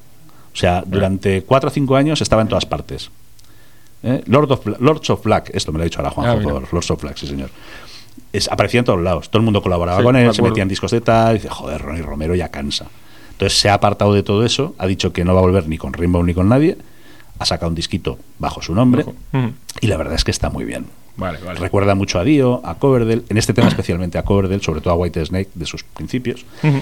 Speaker 1: O sea, durante cuatro o cinco años estaba en todas partes. ¿Eh? Lord of Bla- Lords of Black, esto me lo ha dicho ahora Juanjo,
Speaker 2: Ah, mira.
Speaker 1: por Lords of Black, sí señor. Es, aparecía en todos lados, todo el mundo colaboraba
Speaker 2: Sí,
Speaker 1: con
Speaker 2: me
Speaker 1: él, se
Speaker 2: acuerdo.
Speaker 1: metían discos de tal, y dice, joder, Ronnie Romero ya cansa. Entonces se ha apartado de todo eso, ha dicho que no va a volver ni con Rainbow ni con nadie, ha sacado un disquito bajo su nombre,
Speaker 2: Ujú.
Speaker 1: y la verdad es que está muy bien.
Speaker 2: Mm. Vale, vale.
Speaker 1: Recuerda mucho a Dio, a Coverdale, en este tema especialmente a Coverdale, sobre todo a White Snake de sus principios,
Speaker 2: Ujú.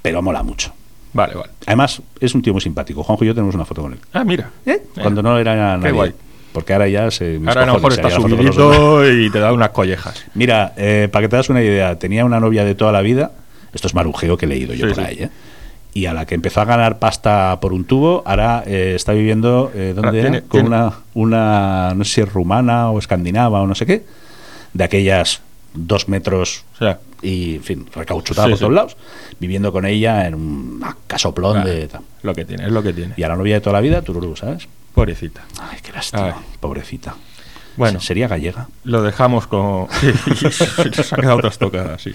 Speaker 1: pero mola mucho.
Speaker 2: Mm, Vale, vale.
Speaker 1: Además, es un tío muy simpático. Juanjo y yo tenemos una foto con él.
Speaker 2: Ah, mira. Eh,
Speaker 1: Cuando no era nadie.
Speaker 2: guay.
Speaker 1: Porque ahora ya se. mis
Speaker 2: Ahora a lo
Speaker 1: cojones,
Speaker 2: mejor
Speaker 1: se
Speaker 2: está
Speaker 1: haría la foto con los dos.
Speaker 2: subidito y te da unas collejas.
Speaker 1: Mira, eh, para que te das una idea, tenía una novia de toda la vida. Esto es marujeo que he leído yo
Speaker 2: Sí,
Speaker 1: por
Speaker 2: sí.
Speaker 1: ahí, ¿eh? Y a la que empezó a ganar pasta por un tubo, ahora eh, está viviendo, eh, ¿dónde
Speaker 2: Ahora
Speaker 1: era?
Speaker 2: tiene-
Speaker 1: Con
Speaker 2: tiene-
Speaker 1: Una, una, no sé si es rumana o escandinava o no sé qué, de aquellas dos metros
Speaker 2: O sea,
Speaker 1: y, en fin, recauchutada
Speaker 2: Sí,
Speaker 1: por
Speaker 2: sí.
Speaker 1: todos lados, viviendo con ella en un casoplón
Speaker 2: vale.
Speaker 1: de... tal.
Speaker 2: lo que tiene, es lo que tiene.
Speaker 1: Y a la novia de toda la vida, tururú, ¿sabes?
Speaker 2: Pobrecita.
Speaker 1: Ay, qué lástima,
Speaker 2: Ay.
Speaker 1: pobrecita.
Speaker 2: Bueno,
Speaker 1: ¿Sería gallega?
Speaker 2: lo dejamos con. Sí, se ha quedado trastocada, sí.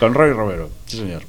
Speaker 1: Con Roy Romero, sí señor.